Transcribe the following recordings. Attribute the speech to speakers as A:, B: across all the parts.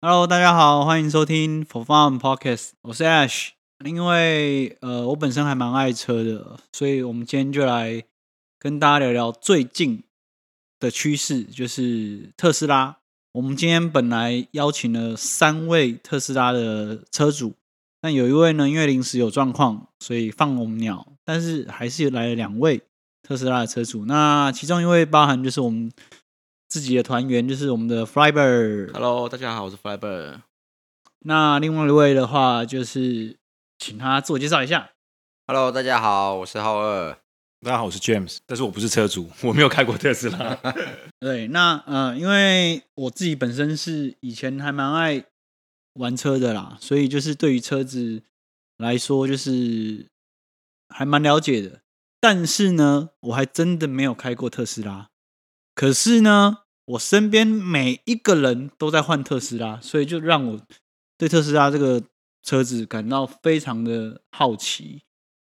A: Hello，大家好，欢迎收听 For Fun Podcast，我是 Ash。因为呃，我本身还蛮爱车的，所以我们今天就来跟大家聊聊最近的趋势，就是特斯拉。我们今天本来邀请了三位特斯拉的车主，但有一位呢，因为临时有状况，所以放我们鸟，但是还是来了两位特斯拉的车主。那其中一位包含就是我们自己的团员，就是我们的 Flyber。
B: Hello，大家好，我是 Flyber。
A: 那另外一位的话，就是请他自我介绍一下。
B: Hello，大家好，我是浩二。
C: 大家好，我是 James，但是我不是车主， 我没有开过特斯 拉。
A: 对，那呃，因为我自己本身是以前还蛮爱玩车的啦，所以就是对于车子来说，就是还蛮了解的。但是呢，我还真的没有开过特斯拉。可是呢，我身边每一个人都在换特斯拉，所以就让我对特斯拉这个车子感到非常的好奇，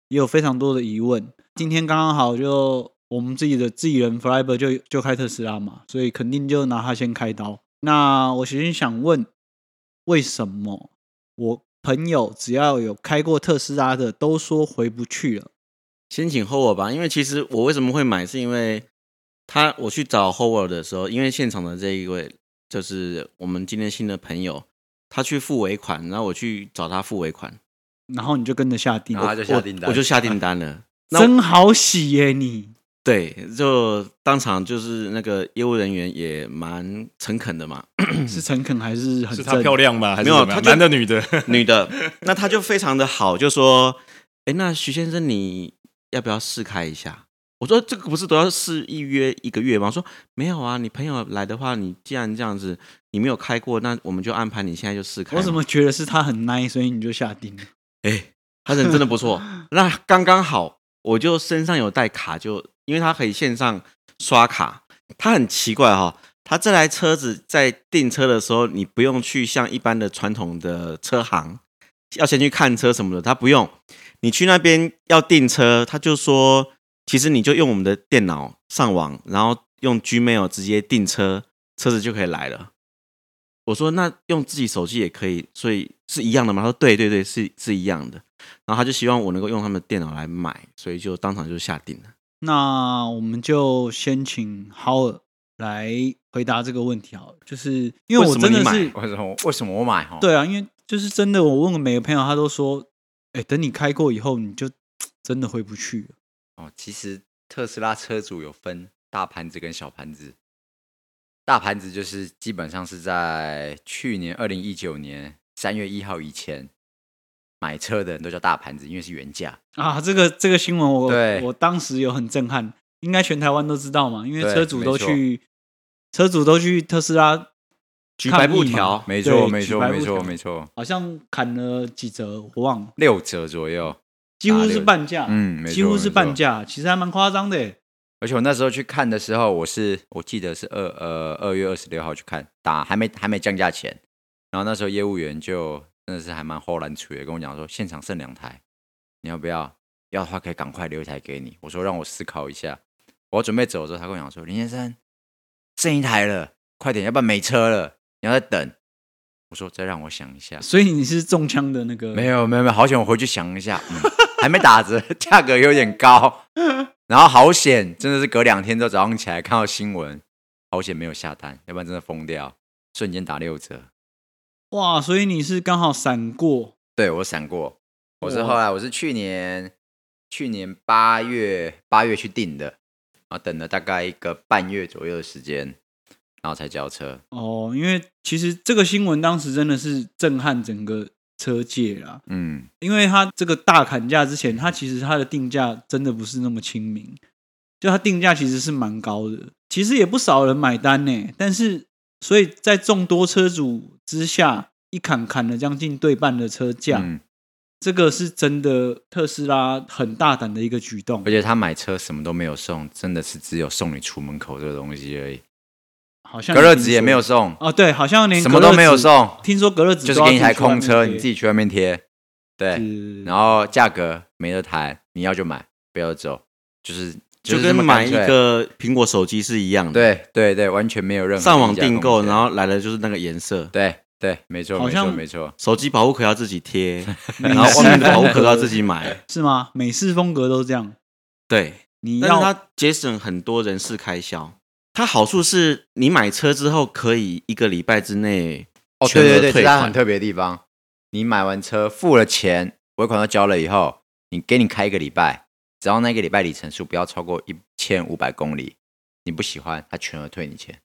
A: 也有非常多的疑问。今天刚刚好就我们自己的自己人 Flyber 就就开特斯拉嘛，所以肯定就拿他先开刀。那我首先想问，为什么我朋友只要有开过特斯拉的都说回不去了？
B: 先请 Howard 吧，因为其实我为什么会买，是因为他我去找 Howard 的时候，因为现场的这一位就是我们今天新的朋友，他去付尾款，然后我去找他付尾 款，
A: 然后你就跟着下地，
D: 然后他就下订单，
B: 我就下订单了。那我
A: 真好喜耶 你！
B: 对，就当场就是那个业务人员也蛮诚恳的嘛，
A: 是诚恳还是很
C: 是她
A: 正？
C: 漂亮吗？还是
B: 没有
C: 怎么
B: 她
C: 样
B: 就
C: 男的女的？
B: 女的，那他就非常的好，就说：“哎，那徐先生，你要不要试开一下？”我说：“这个不是都要试预约一个月吗？”我说：“没有啊，你朋友来的话，你既然这样子，你没有开过，那我们就安排你现在就试开嘛。”
A: 我怎么觉得是他很 nice，所以你就下定了？
B: 哎，他人真的不错。那刚刚好，我就身上有带卡就，因为他可以线上刷卡。他很奇怪哈、哦，他这台车子在订车的时候，你不用去像一般的传统的车行，要先去看车什么的，他不用。你去那边要订车，他就说，其实你就用我们的电脑上网，然后用 Gmail 直接订车，车子就可以来了。我说那用自己手机也可以，所以是一样的吗？他说对对对，是是一样的。然后他就希望我能够用他们的电脑来买，所以就当场就下定了。
A: 那我们就先请豪尔来回答这个问题好了，就是因为我
B: 为什么
A: 真
B: 你
A: 的
B: 买
A: 是
D: 为什么为什么我买哈？，
A: 对啊，因为就是真的，我问了每个朋友，他都说，哎、等你开过以后，你就真的回不去了。
D: 哦，其实特斯拉车主有分大盘子跟小盘子。大盘子就是基本上是在去年二零一九年三月一号以前买车的人都叫大盘子，因为是原价。
A: 啊，这个这个新闻我
D: 对
A: 我当时有很震撼，应该全台湾都知道嘛，因为
D: 对
A: 车主
D: 没
A: 都
D: 错
A: 去车主都去特斯拉
B: 举
A: 抗
B: 白
A: 议
B: 布
A: 嘛
B: 条
D: 没
A: 哦对
D: 错，没
A: 举
D: 错，
A: 白
D: 没
A: 布
D: 错，
A: 条
D: 没错，
A: 好像砍了几折，我忘了，
D: 六折左右。
A: 几乎
D: 打
A: 是
D: 六
A: 半价，
D: 嗯没
A: 几
D: 错
A: 乎
D: 没
A: 是半
D: 错
A: 价，其实还蛮夸张的耶。
D: 而且我那时候去看的时候，我是我记得是二呃二月二十六号去看，打还没还没降价前，然后那时候业务员就真的是还蛮豁然处的，跟我讲说现场剩两台，你要不要？要的话可以赶快留一台给你。我说让我思考一下。我准备走的时候，他跟我讲说林先生剩一台了，快点，要不然没车了，你要再等。我说再让我想一下，
A: 所以你是中枪的那个
D: 没有没有没有，好险！我回去想一下，嗯、 还没打折， 价格有点高。然后好险，真的是隔两天之后早上起来看到新闻，好险没有下单，要不然真的疯掉，瞬间打六折。
A: 哇，所以你是刚好闪过，
D: 对我闪过，我是
A: 哇
D: 后来我是去年去年八月八月去订的，然后等了大概一个半月左右的时间，然后才交车。
A: 哦，因为其实这个新闻当时真的是震撼整个车界啦，
D: 嗯，
A: 因为它这个大砍价之前，它其实它的定价真的不是那么亲民，就它定价其实是蛮高的，其实也不少人买单呢，但是所以在众多车主之下，一砍砍了将近对半的车价，
D: 嗯
A: 这个是真的特斯拉很大胆的一个举动
D: 而，且他买车什么都没有送，真的是只有送你出门口这个东西而已，
A: 好像
D: 隔热
A: 听
D: 纸也
A: 说
D: 没有送，
A: 哦，对，好像连
D: 什么
A: 隔热
D: 都没有
A: 纸
D: 送
A: 听说隔热纸
D: 就是
A: 都要
D: 给你台
A: 自己去外
D: 空
A: 面
D: 车，你
A: 贴
D: 自己去外面贴。对，
A: 是
D: 然后价格没得谈，你要就买，不要就走，就是
B: 就是跟
D: 这么
B: 买
D: 干
B: 一
D: 脆
B: 个苹果手机是一样的，
D: 对对对，完全没有任何
B: 上网
D: 溢价
B: 订
D: 空
B: 购，
D: 间
B: 然后来的就是那个颜色。
D: 对，对，没错，
A: 好
D: 没错，
A: 像
D: 没错，
B: 手机保护壳要自己贴，
A: 美
B: 然后外面的保护
A: 式
B: 壳都要自己买。
A: 是吗？美式风格都这样，
B: 对，
A: 你
B: 但是
A: 要
B: 它节省很多人事开销。它好处是你买车之后可以一个礼拜之内
D: 哦，
B: 全额
D: 对对
B: 退
D: 对，这是
B: 款
D: 很特别的地方。你买完车付了钱，尾款都交了以后，你给你开一个礼拜，只要那个礼拜里程数不要超过一千五百公里，你不喜欢，他全额退你钱。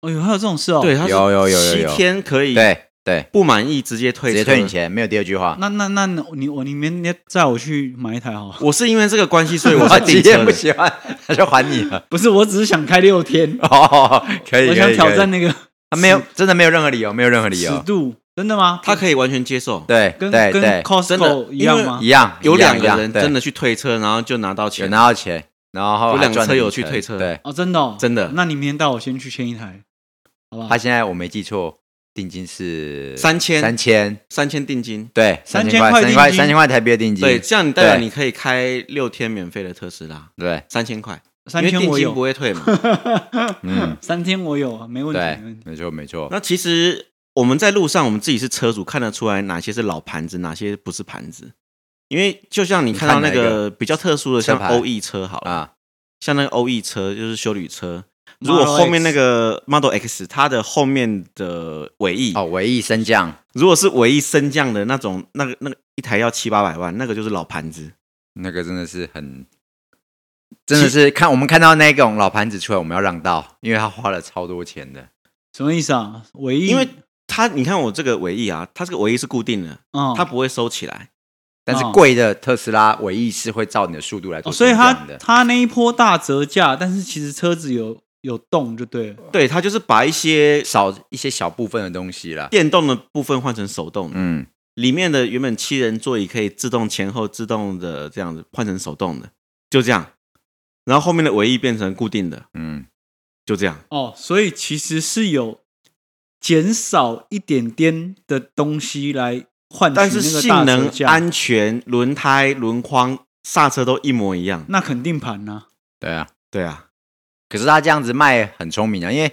A: 哦呦，还有这种事哦。
B: 对，，它是
D: 有有有有
B: 七
D: 有
B: 天可以
D: 对对，
B: 不满意直接退
D: 直
B: 车
D: 接退你。钱，没有第二句话。
A: 那那那你我你明天载我去买一台好了，
B: 我是因为这个关系，所以 我
D: 啊
B: 是
D: 今
B: 订
D: 天
B: 车
D: 不
B: 的。
D: 喜欢， 他就还你了。
A: 不是，我只是想开六天，
D: 哦， 可以，
A: 我
D: 可以
A: 想挑
D: 可以
A: 战那个
D: 他没有，真的没有任何理由，没有任何理
A: 尺
D: 由。
A: 度，真的吗？
B: 他可以完全接受。
D: 对，
A: 跟
D: 对
A: 跟
D: 对，
B: 真的
A: Costco 一样吗
D: 一？样，
B: 啊有
D: 一样
B: 两个人真。
D: 一
B: 的
D: 样
B: 去退车，然后就拿到
D: 对有
B: 钱。
D: 拿到钱，然后
B: 有
D: 还
B: 两
D: 赚
B: 车
D: 了
B: 友
D: 里
B: 去
D: 程
B: 退车
D: 对，
A: 哦，真的哦，
B: 真的
A: 那你明天带我先去签一台，好不好
D: 他？ 现在我没记错，定金是
B: 啊三千
D: 三千，
B: 三千定金，
D: 对，
A: 三
D: 千
A: 千
D: 块，
A: 块
D: 三千
A: 定
D: 块，
A: 金
D: 三千块台币的定金，
B: 对，这样你代表
D: 对
B: 你可以开六天免费的特斯拉，
D: 对，
B: 三千块，
A: 三
B: 因
A: 天
B: 为定
A: 我
B: 金不
A: 有，
B: 会退嘛。
D: 嗯，
A: 三天我有，啊没问题，
D: 对
A: 没问题，。
D: 没错没错，
B: 那其实我们在路上，我们自己是车主，看得出来哪些是老盘子，哪些不是盘子。因为就像你看到那
D: 你看哪一
B: 个比较特殊的，像
D: 车牌
B: O E 车好了，
D: 啊，
B: 像那个 O E 车就是修旅车。如果后面那个 Model X，它的后面的尾翼，
D: 哦，尾翼升降，
B: 如果是尾翼升降的那种，那个那个一台要七八百万，那个就是老盘子。
D: 那个真的是很，真的是看我们看到那种老盘子出来，我们要让道，因为他花了超多钱的，
A: 什么意思啊？唯一
B: 因为它，你看我这个尾翼啊，它这个尾翼是固定的，
A: 嗯，
B: 它不会收起来。
D: 但是
A: 哦
D: 贵的特斯拉尾翼是会照你的速度来做
A: 哦，所以
D: 它
A: 它它那一波大折价，但是其实车子有有动就对了。
B: 对，它就是把一些
D: 少一些小部分的东西啦。
B: 电动的部分换成手动的。
D: 嗯，
B: 里面的原本七人座椅可以自动前后自动的这样子换成手动的，就这样。然后后面的尾翼变成固定的，
D: 嗯，
B: 就这样。
A: 哦，所以其实是有减少一点点的东西来换取
B: 但
A: 嗯
B: 是
A: 那个
B: 性
A: 大折
B: 能、
A: 价，
B: 安全、轮胎、轮框、刹车都一模一样。
A: 那肯定盘呐、
D: 对啊。
B: 对啊，
D: 可是他这样子卖很聪明啊，因为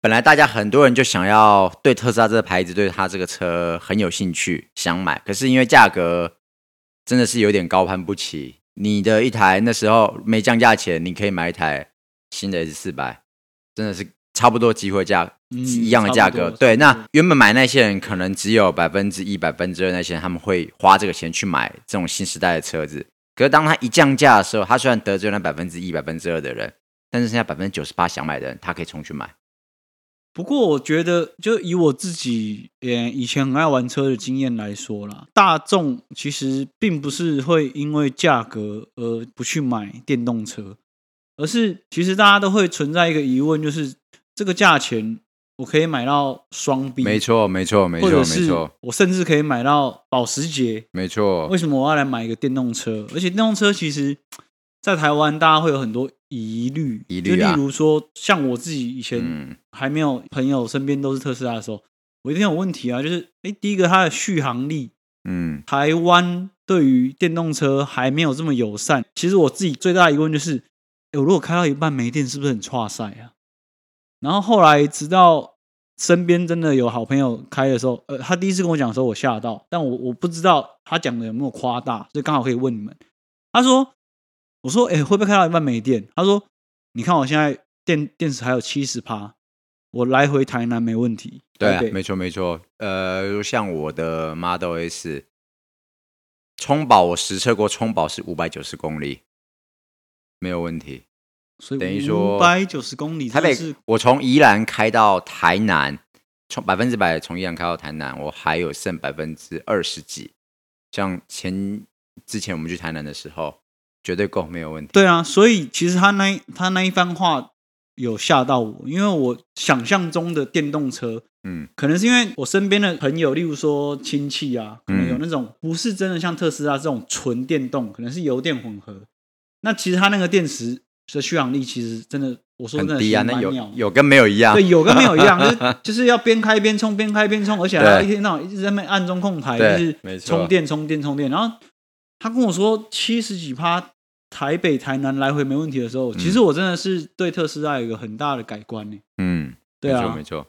D: 本来大家很多人就想要对特斯拉这个牌子、对他这个车很有兴趣，想买。可是因为价格真的是有点高攀不起，你的一台那时候没降价前，你可以买一台新的 S 四百，真的是差不多机会价，
A: 嗯
D: 一样的价
A: 差
D: 格。
A: 不多嗯
D: 对，
A: 差不
D: 那原本买那些人可能只有百分之一、百分之二那些人他们会花这个钱去买这种新时代的车子。可是当它一降价的时候，它虽然得罪了百分之一、百分之二的人，但是剩下百分之九十八想买的人，他可以冲去买。
A: 不过我觉得，就以我自己呃以前很爱玩车的经验来说啦，大众其实并不是会因为价格而不去买电动车，而是其实大家都会存在一个疑问，就是这个价钱我可以买到双 B，
D: 没，错，没错，没
A: 或
D: 错，
A: 者
D: 没
A: 是
D: 错，
A: 我甚至可以买到保时捷，
D: 没错
A: 为。什么我要来买一个电动车？而且电动车其实，在台湾大家会有很多疑虑，
D: 疑虑啊
A: 就例如说，像我自己以前。
D: 嗯，
A: 还没有朋友身边都是特斯拉的时候，我一定有问题啊，就是诶，第一个它的续航力，
D: 嗯，
A: 台湾对于电动车还没有这么友善。其实我自己最大的疑问就是，诶，我如果开到一半没电，是不是很差赛啊？然后后来直到身边真的有好朋友开的时候，呃，他第一次跟我讲的时候，我吓到，但我我不知道他讲的有没有夸大，所以刚好可以问你们。他说，我说，诶，会不会开到一半没电？他说，你看我现在电电池还有七十趴，我来回台南没问题。
D: 对
A: 台
D: 啊
A: 北，
D: 没错，没错。呃，像我的 Model S，充饱我实测过，充饱是五百九十公里，没有问题。
A: 所以
D: 等于说
A: 五百九十公里，
D: 台北
A: 真的是，
D: 我从宜兰开到台南，从百分之百从宜兰开到台南，我还有剩百分之二十几。像前之前我们去台南的时候，绝对够，没有问题。
A: 对啊，所以其实他那一他那一番话有吓到我，因为我想象中的电动车，
D: 嗯，
A: 可能是因为我身边的朋友，例如说亲戚啊，可能
D: 嗯
A: 有那种不是真的像特斯拉这种纯电动，可能是油电混合。那其实它那个电池的续航力，其实真的，我说
D: 很
A: 真的
D: 低
A: 是
D: 啊，
A: 蛮
D: 那有
A: 鸟的
D: 有跟没有一样。
A: 对有跟没有一 样，就是就是要边开边充，边开边充，而且还要
D: 对
A: 一天到晚一直在那边按中控台，
D: 对
A: 就
D: 没
A: 是
D: 错
A: 充电充电充电。然后他跟我说七十几趴台北台南来回没问题
D: 嗯
A: 的时候，其实我真的是对特斯拉有一个很大的改观呢。
D: 嗯，
A: 对
D: 没错
A: 啊
D: 没，错。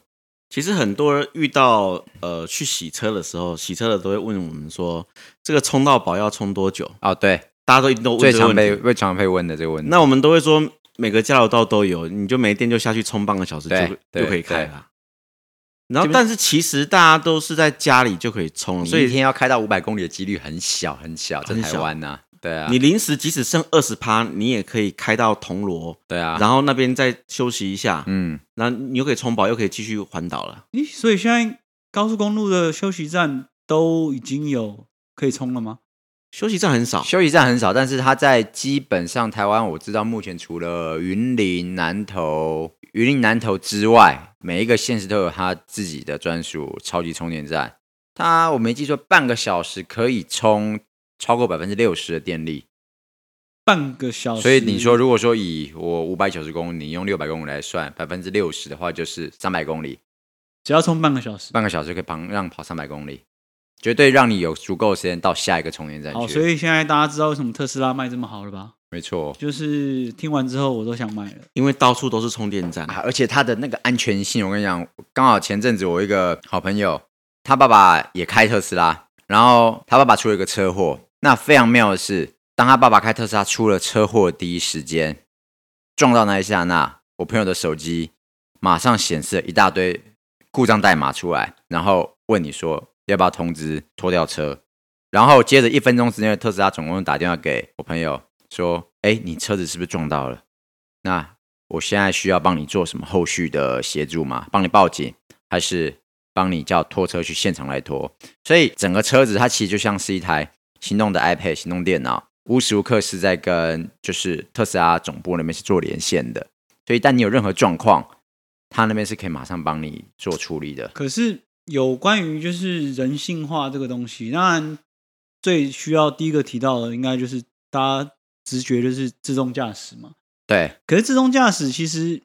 B: 其实很多人遇到呃去洗车的时候，洗车的都会问我们说，这个充到饱要充多久？
D: 哦，对，
B: 大家都一定都
D: 最
B: 问这个
D: 常
B: 问
D: 被
B: 题。
D: 最常被问的这个问题。
B: 那我们都会说，每个加油道都有，你就没电就下去充半个小时
D: 对
B: 就
D: 对
B: 就可以开
D: 对啊
B: 了。然后，但是其实大家都是在家里就可以充了，
D: 所
B: 所
D: 以
B: 以
D: 一天要开到五百公里的几率很小很小，在
B: 很
D: 台
B: 小
D: 湾呐、对啊，
B: 你临时即使剩二十趴，你也可以开到铜锣，
D: 对啊，
B: 然后那边再休息一下，
D: 嗯，
B: 然后你又可以充饱，又可以继续环岛了。
A: 咦，所以现在高速公路的休息站都已经有可以充了吗？
B: 休息站很少，
D: 休息站很少，但是它在基本上台湾，我知道目前除了云林、南投、云林、南投之外，每一个县市都有它自己的专属超级充电站。它我没记错，半个小时可以充超过百分之六十的电力。
A: 半个小时，
D: 所以你说，如果说以我五百九十公里，你用六百公里来算，百分之六十的话就是三百公里，
A: 只要充半个小时，
D: 半个小时可以帮让跑三百公里，绝对让你有足够的时间到下一个充电站去。
A: 哦好，所以现在大家知道为什么特斯拉卖这么好了吧？
D: 没错，
A: 就是听完之后我都想买了。
B: 因为到处都是充电站。
D: 啊，而且它的那个安全性，我跟你讲，刚好前阵子我一个好朋友，他爸爸也开特斯拉，然后他爸爸出了一个车祸。那非常妙的是，当他爸爸开特斯拉出了车祸的第一时间，撞到那一刹那，我朋友的手机马上显示了一大堆故障代码出来，然后问你说要不要通知拖吊车，然后接着一分钟之内，特斯拉总共打电话给我朋友说：“哎，你车子是不是撞到了？”那我现在需要帮你做什么后续的协助吗？帮你报警，还是帮你叫拖车去现场来拖？所以整个车子它其实就像是一台行动的 iPad、行动电脑，无时无刻是在跟就是特斯拉总部那边是做连线的。所以，一旦你有任何状况，他那边是可以马上帮你做处理的。
A: 可是有关于就是人性化这个东西，当然最需要第一个提到的，应该就是大家直觉就是自动驾驶嘛。
D: 对，
A: 可是自动驾驶其实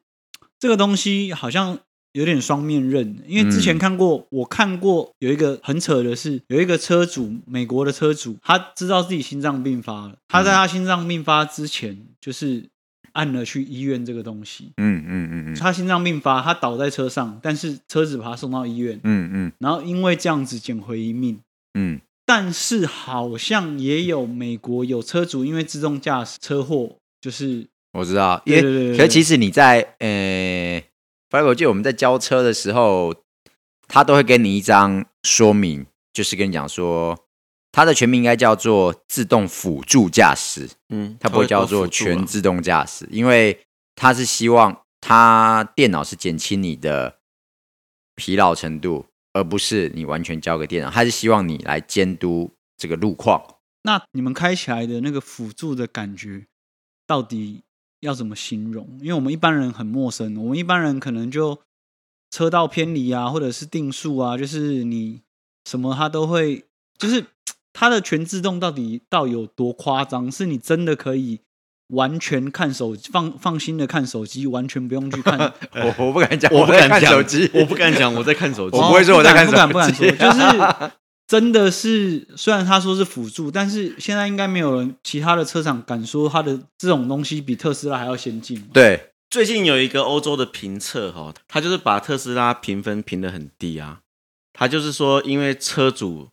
A: 这个东西好像有点双面刃，因为之前
D: 嗯
A: 看过，我看过有一个很扯的是，有一个车主，美国的车主，他知道自己心脏病发了，他在他心脏病发之前就是按了去医院这个东西。
D: 嗯嗯嗯嗯
A: 他心脏病发，他倒在车上，但是车子把他送到医院，
D: 嗯嗯
A: 然后因为这样子捡回一命。
D: 嗯，
A: 但是好像也有美国有车主因为自动驾驶车祸，就是
D: 我知道，因
A: 对
D: 为
A: 对对对
D: 可是其实你在呃，反正我记得我们在交车的时候，他都会给你一张说明，就是跟你讲说，它的全名应该叫做自动辅助驾驶，
B: 嗯，
D: 它不会叫
B: 多
D: 做
B: 辅助啊
D: 全自动驾驶，因为它是希望它电脑是减轻你的疲劳程度，而不是你完全交给电脑，它是希望你来监督这个路况。
A: 那你们开起来的那个辅助的感觉，到底要怎么形容？因为我们一般人很陌生，我们一般人可能就车道偏离啊，或者是定速啊，就是你什么它都会，就是它的全自动到底到底有多夸张？是你真的可以完全看手放放心的看手机，完全不用去看
D: 我 我不敢讲，
B: 哎 我不
D: 在
B: 敢
D: 看
B: 讲
D: 手机，
B: 我不敢讲，我在看手机。
D: 我不会说我在看
A: 不哦敢不敢
D: 手
A: 不
D: 机
A: 敢说，就是真的是，虽然他说是辅助，但是现在应该没有人其他的车厂敢说它的这种东西比特斯拉还要先进。
D: 对。
B: 最近有一个欧洲的评测哈，他就是把特斯拉评分评得很低啊。他就是说，因为车主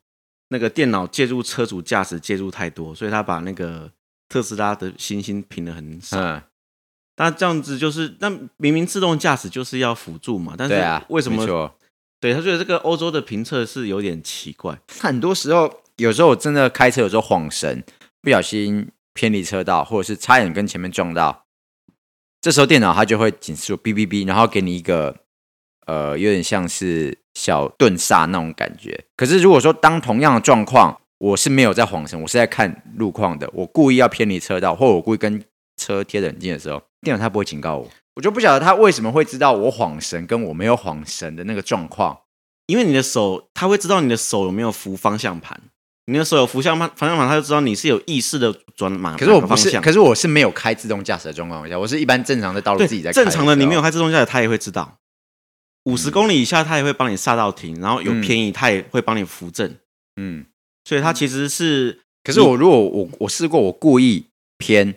B: 那个电脑介入车主驾驶介入太多，所以他把那个特斯拉的星星评得很少。
D: 嗯，
B: 那这样子就是，那明明自动驾驶就是要辅助嘛，但
D: 对啊
B: 是，为什
D: 没
B: 么？
D: 错
B: 对他觉得这个欧洲的评测是有点奇怪。
D: 很多时候，有时候我真的开车，有时候晃神，不小心偏离车道，或者是差点跟前面撞到，这时候电脑它就会警示我哔哔哔，然后给你一个呃，有点像是小顿煞那种感觉。可是如果说当同样的状况，我是没有在晃神，我是在看路况的，我故意要偏离车道，或者我故意跟车贴得很近的时候，电脑它不会警告我，我就不晓得它为什么会知道我晃神跟我没有晃神的那个状况。
B: 因为你的手，他会知道你的手有没有扶方向盘，你的手有扶向盘方向盘，他就知道你是有意识的转马。
D: 可是我不
B: 方
D: 是，
B: 向
D: 可是我是没有开自动驾驶的状况下，我是一般正常的道路
B: 对
D: 自己在开
B: 正常的，
D: 的时候嗯
B: 你没有开自动驾驶，他也会知道。五十公里以下，他也会帮你刹到停，然后有
D: 嗯
B: 偏移，他也会帮你扶正。
D: 嗯。
B: 所以他其实是
D: 可是我如果我我试过，我故意偏，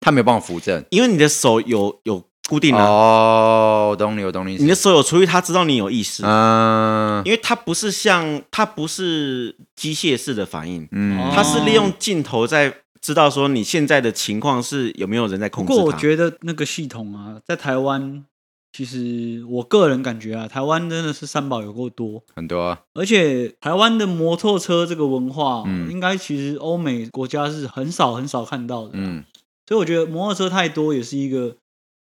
D: 他没有帮我扶正，
B: 因为你的手有有固定的、
D: 哦，我懂你，我懂你意
B: 啊
D: 思。
B: 你的手有出去，它知道你有意识，
D: 嗯
B: 因为它不是像它不是机械式的反应，
D: 嗯，
A: 哦
B: 它是利用镜头在知道说你现在的情况是有没有人在
A: 不
B: 控制它。
A: 过我觉得那个系统啊，在台湾，其实我个人感觉啊，台湾真的是三宝有够多，
D: 很多啊
A: 而且台湾的摩托车这个文化，
D: 嗯
A: 应该其实欧美国家是很少很少看到的。
D: 嗯
A: 所以我觉得摩托车太多也是一个，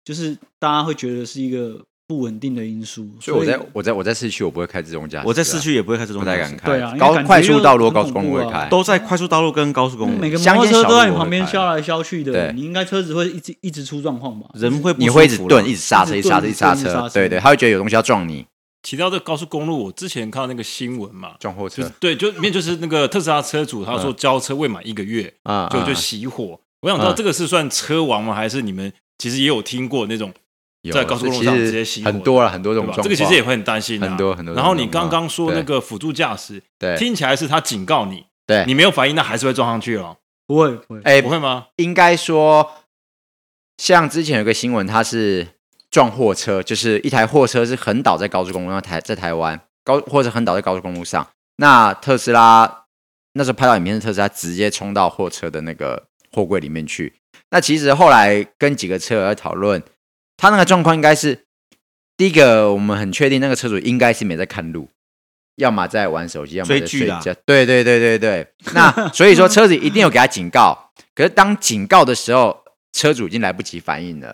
A: 就是大家会觉得是一个不稳定的因素。
D: 所以我在我在我在市区，我不会开自动驾驶，啊
B: 我在市，区也不会开这种
D: 不太
B: 东西
D: 敢开。
A: 对啊因为
D: 高
A: 感觉
D: 快速
A: 就
D: 道路、
A: 很
D: 高速公路
A: 恐
D: 会
A: 怖啊
D: 开，
B: 都在快速道路跟高速公
A: 每个摩
B: 路，
D: 乡
A: 托
D: 间
A: 车
D: 小
A: 都在
D: 路
A: 你
D: 我
A: 旁
D: 会
A: 边
D: 开
A: 削来削去的，
D: 对
A: 你应该车子会一直一直出状况吧？
B: 人会不
D: 你会一
B: 舒
D: 直
B: 服啦
D: 顿，一直刹车，一直刹车，一直刹
A: 一直顿一直刹
D: 车。
A: 车
D: 对对，他会觉得有东西要撞你，
C: 提到这高速公路，我之前看到那个新闻嘛，
D: 撞后
C: 就是
D: 车
C: 对，就里面就是那个特斯拉车主，他
D: 嗯
C: 说交车未满一个月
D: 啊
C: 就
D: 啊
C: 就熄火。我想
D: 嗯
C: 知道这个是算车王吗？还是你们其实也有听过那种
D: 有
C: 在高速公路
D: 其
C: 上
D: 实
C: 直接熄火的
D: 很多了，啊很多这
C: 对
D: 种
C: 吧
D: 状？况。
C: 这个其实也会很担心啊，
D: 很多很多
C: 然后
D: 这
C: 你
D: 种
C: 刚
D: 状况
C: 刚说
D: 对
C: 那个辅助驾驶，
D: 对
C: 听起来是他警告你，
D: 对，
C: 你没有反应，那还是会撞上去哦，
A: 不会不会，
D: 哎
C: 不会吗？
D: 应该说，像之前有个新闻，它是撞货车，就是一台货车是横倒在高速公路上，台在台湾高或者横倒在高速公路上。那特斯拉那时候拍到影片，是特斯拉直接冲到货车的那个货柜里面去。那其实后来跟几个车友在讨论，他那个状况应该是第一个，我们很确定那个车主应该是没在看路，要么在玩手机，要么在
B: 追剧
D: 睡
B: 啦
D: 觉。对对对对对。 那所以说车子一定有给他警告，可是当警告的时候，车主已经来不及反应了，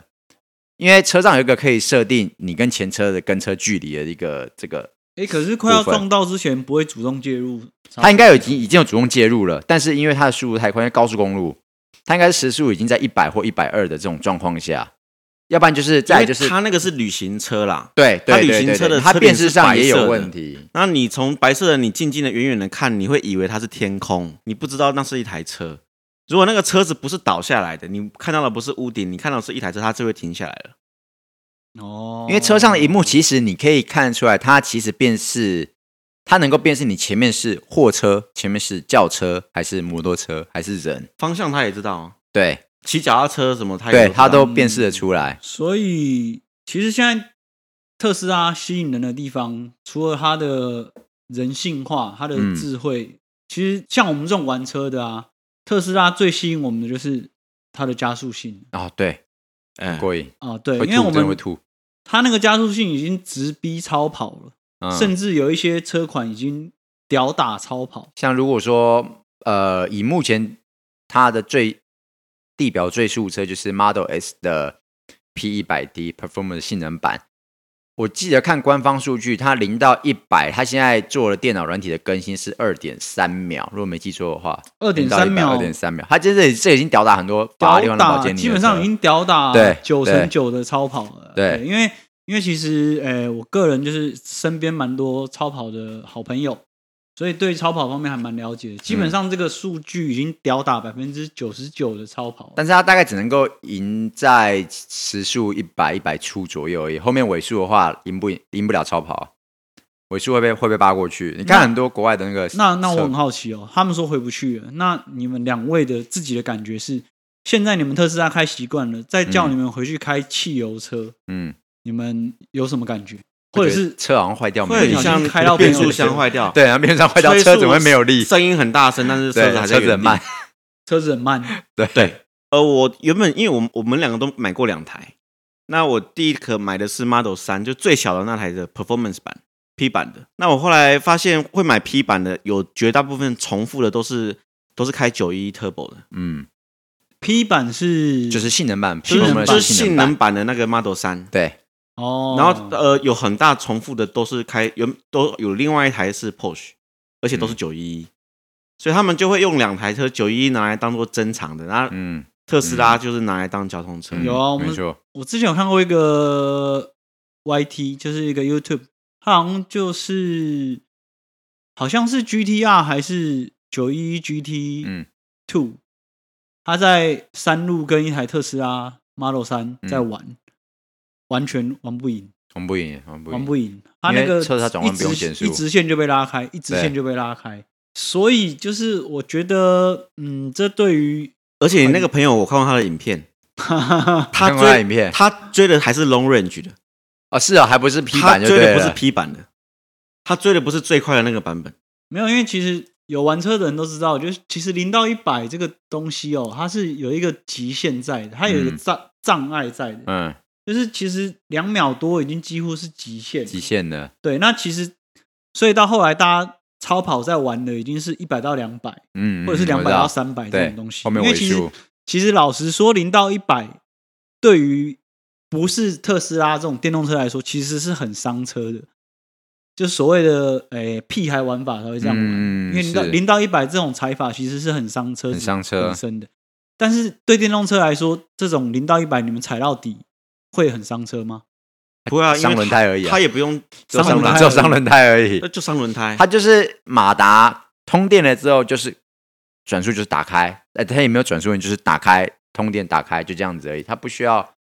D: 因为车上有一个可以设定你跟前车的跟车距离的一个这个，
A: 哎、可是快要
D: 部分
A: 撞到之前不会主动介入，
D: 他应该有已经已经有主动介入了，但是因为他的速度太快，因为高速公路，他应该是时速已经在一百或一百二的这种状况下，要不然就是再来就
B: 因
D: 是
B: 为它那个是旅行车啦。
D: 对
B: 它
D: 对
B: 旅
D: 对
B: 行
D: 对
B: 车的
D: 对，它
B: 车
D: 辨
B: biển
D: 识
B: 是
D: 上
B: 白
D: 也
B: 色
D: 有
B: 的
D: 问题，
B: 那你从白色的你近近的远远的看，你会以为它是天空，你不知道那是一台车。如果那个车子不是倒下来的，你看到的不是屋顶，你看到的是一台车，它就会停下来了。
A: 哦，
D: 因为车上的荧幕其实你可以看得出来，它其实辨识。它能够辨识你前面是货车，前面是轿车，还是摩托车，还是人？
B: 方向它也知道啊，
D: 对，
B: 骑脚踏车什么它也
D: 对，
B: 知道
D: 它都辨识得出来。
A: 所以其实现在特斯拉吸引人的地方，除了它的人性化、它的
D: 嗯
A: 智慧，其实像我们这种玩车的啊，特斯拉最吸引我们的就是它的加速性
D: 哦，对，
B: 哎
D: 过瘾，
A: 啊，对，
D: 会
A: 因为我
D: 吐，真的会
A: 们
D: 吐，
A: 它那个加速性已经直逼超跑了，
D: 嗯，
A: 甚至有一些车款已经吊打超跑。
D: 像如果说呃，以目前它的最地表最速车就是 Model S 的 P 一百 D Performance 性能版，我记得看官方数据，它零到一百，它现在做了电脑软体的更新是二点三秒，如果没记错的话，
A: 2.3秒
D: 二点三秒，它这这这已经吊打很多法拉利
A: 吊
D: 和兰
A: 打
D: 博基尼的车，
A: 基本上已经吊打
D: 对
A: 九成九的超跑了。
D: 对
A: 因为因为其实呃，我个人就是身边蛮多超跑的好朋友，所以对超跑方面还蛮了解
D: 嗯
A: 的。基本上这个数据已经吊打百分之九十九的超跑了。
D: 但是它大概只能够赢在时速一百一百出左右而已，后面尾数的话赢不赢赢不了超跑，尾数会被会被扒过去。你看
A: 那
D: 很多国外的那个
A: 那那我
D: 车
A: 很好奇哦，他们说回不去了，那你们两位的自己的感觉是？现在你们特斯拉开习惯了，再叫
D: 嗯
A: 你们回去开汽油车，
D: 嗯，
A: 你们有什么感觉？或者
D: 我觉得
A: 是
D: 车好像坏掉没有
B: 会
D: 力
B: 很，像
A: 开到
B: 变
A: 朋友
B: 速
A: 的
B: 箱坏掉，
D: 对，然后变成坏掉，
B: 催
D: 车
B: 速
D: 怎么会没有力？
B: 声音很大声，但是车
D: 对
B: 子还，在
D: 车子
B: 原
D: 很
B: 地
D: 慢。
A: 车子很 慢，
B: 对，呃，我原本因为我们我们两个都买过两台，那我第一颗买的是 Model 三，就最小的那台的 Performance 版 P 版的。那我后来发现会买 P 版的，有绝大部分重复的都是都是开九一 Turbo 的，
D: 嗯，
A: P 版是
D: 就是性能版，
B: 就是
A: 能版
D: Performance
B: 就是
D: 性
B: 性
D: 能
B: 能
D: 版，
B: 版的那个 Model 三。
D: 对，
A: 哦，
B: 然后呃，有很大重复的都是开有都有另外一台是 Porsche，而且都是九一一，所以他们就会用两台车九一一拿来当做珍藏的，然后
D: 嗯，
B: 特斯拉就是拿来当交通车。
D: 嗯
A: 有啊我们
D: 没错，
A: 我之前有看过一个 YT，就是一个 YouTube，它好像就是好像是 GTR 还是九一 GT
D: 嗯
A: Two，、他在山路跟一台特斯拉 Model 三在玩，完全玩不赢，
D: 我们不赢，我们不
A: 玩
D: 赢，
A: 不赢。他那
D: 因
A: 个
D: 为车它转
A: 一
D: 弯不用
A: 直
D: 减速
A: 一直线就被拉开，一直线
D: 对
A: 就被拉开。所以就是我觉得，嗯，这对于
B: 而且你那个朋友，我看过他的影片，他
D: 哦看过他
B: 追
D: 影片
B: 他追的还是 long range 的，
D: 哦，是哦，还不是 P
B: 他
D: 版就
B: 追
D: 对
B: 的不是
D: 了。
B: P 版的，他追的不是最快的那个版本。
A: 没有，因为其实有玩车的人都知道，就是其实零到一百这个东西哦，它是有一个极限在的，它有一个
D: 嗯
A: 障、障碍在的，
D: 嗯，
A: 就是其实两秒多已经几乎是极限了。
D: 极限的，
A: 对，那其实所以到后来大家超跑在玩的已经是一百到两百、
D: 嗯，
A: 或者是
D: 嗯
A: 两
D: 我
A: 百
D: 知道
A: 到三百这
D: 对
A: 种东西。
D: 后面
A: 因为
D: 尾
A: 其实
D: 数，
A: 其实老实说，零到一百对于不是特斯拉这种电动车来说，其实是很伤车的。就所谓的诶、屁孩玩法才会这样玩，
D: 嗯
A: 因为零到
D: 是
A: 零到一百这种踩法其实是很伤车，
D: 很伤车
A: 本身的。但是对电动车来说，这种零到一百你们踩到底会很伤车吗？
B: 不会啊，因为
D: 伤哎轮胎
B: 他
D: 而已啊
B: 他也不用
D: 只有
A: 伤
D: 伤
A: 轮
D: 轮，
A: 胎
D: 只有
A: 而已
D: 伤轮胎而已
B: 那。就伤轮胎。
D: 它就是马达通电了之后，就是转速就是打开，哎，它也没有转速，你就是打开通电打开就这样子而已，它不需要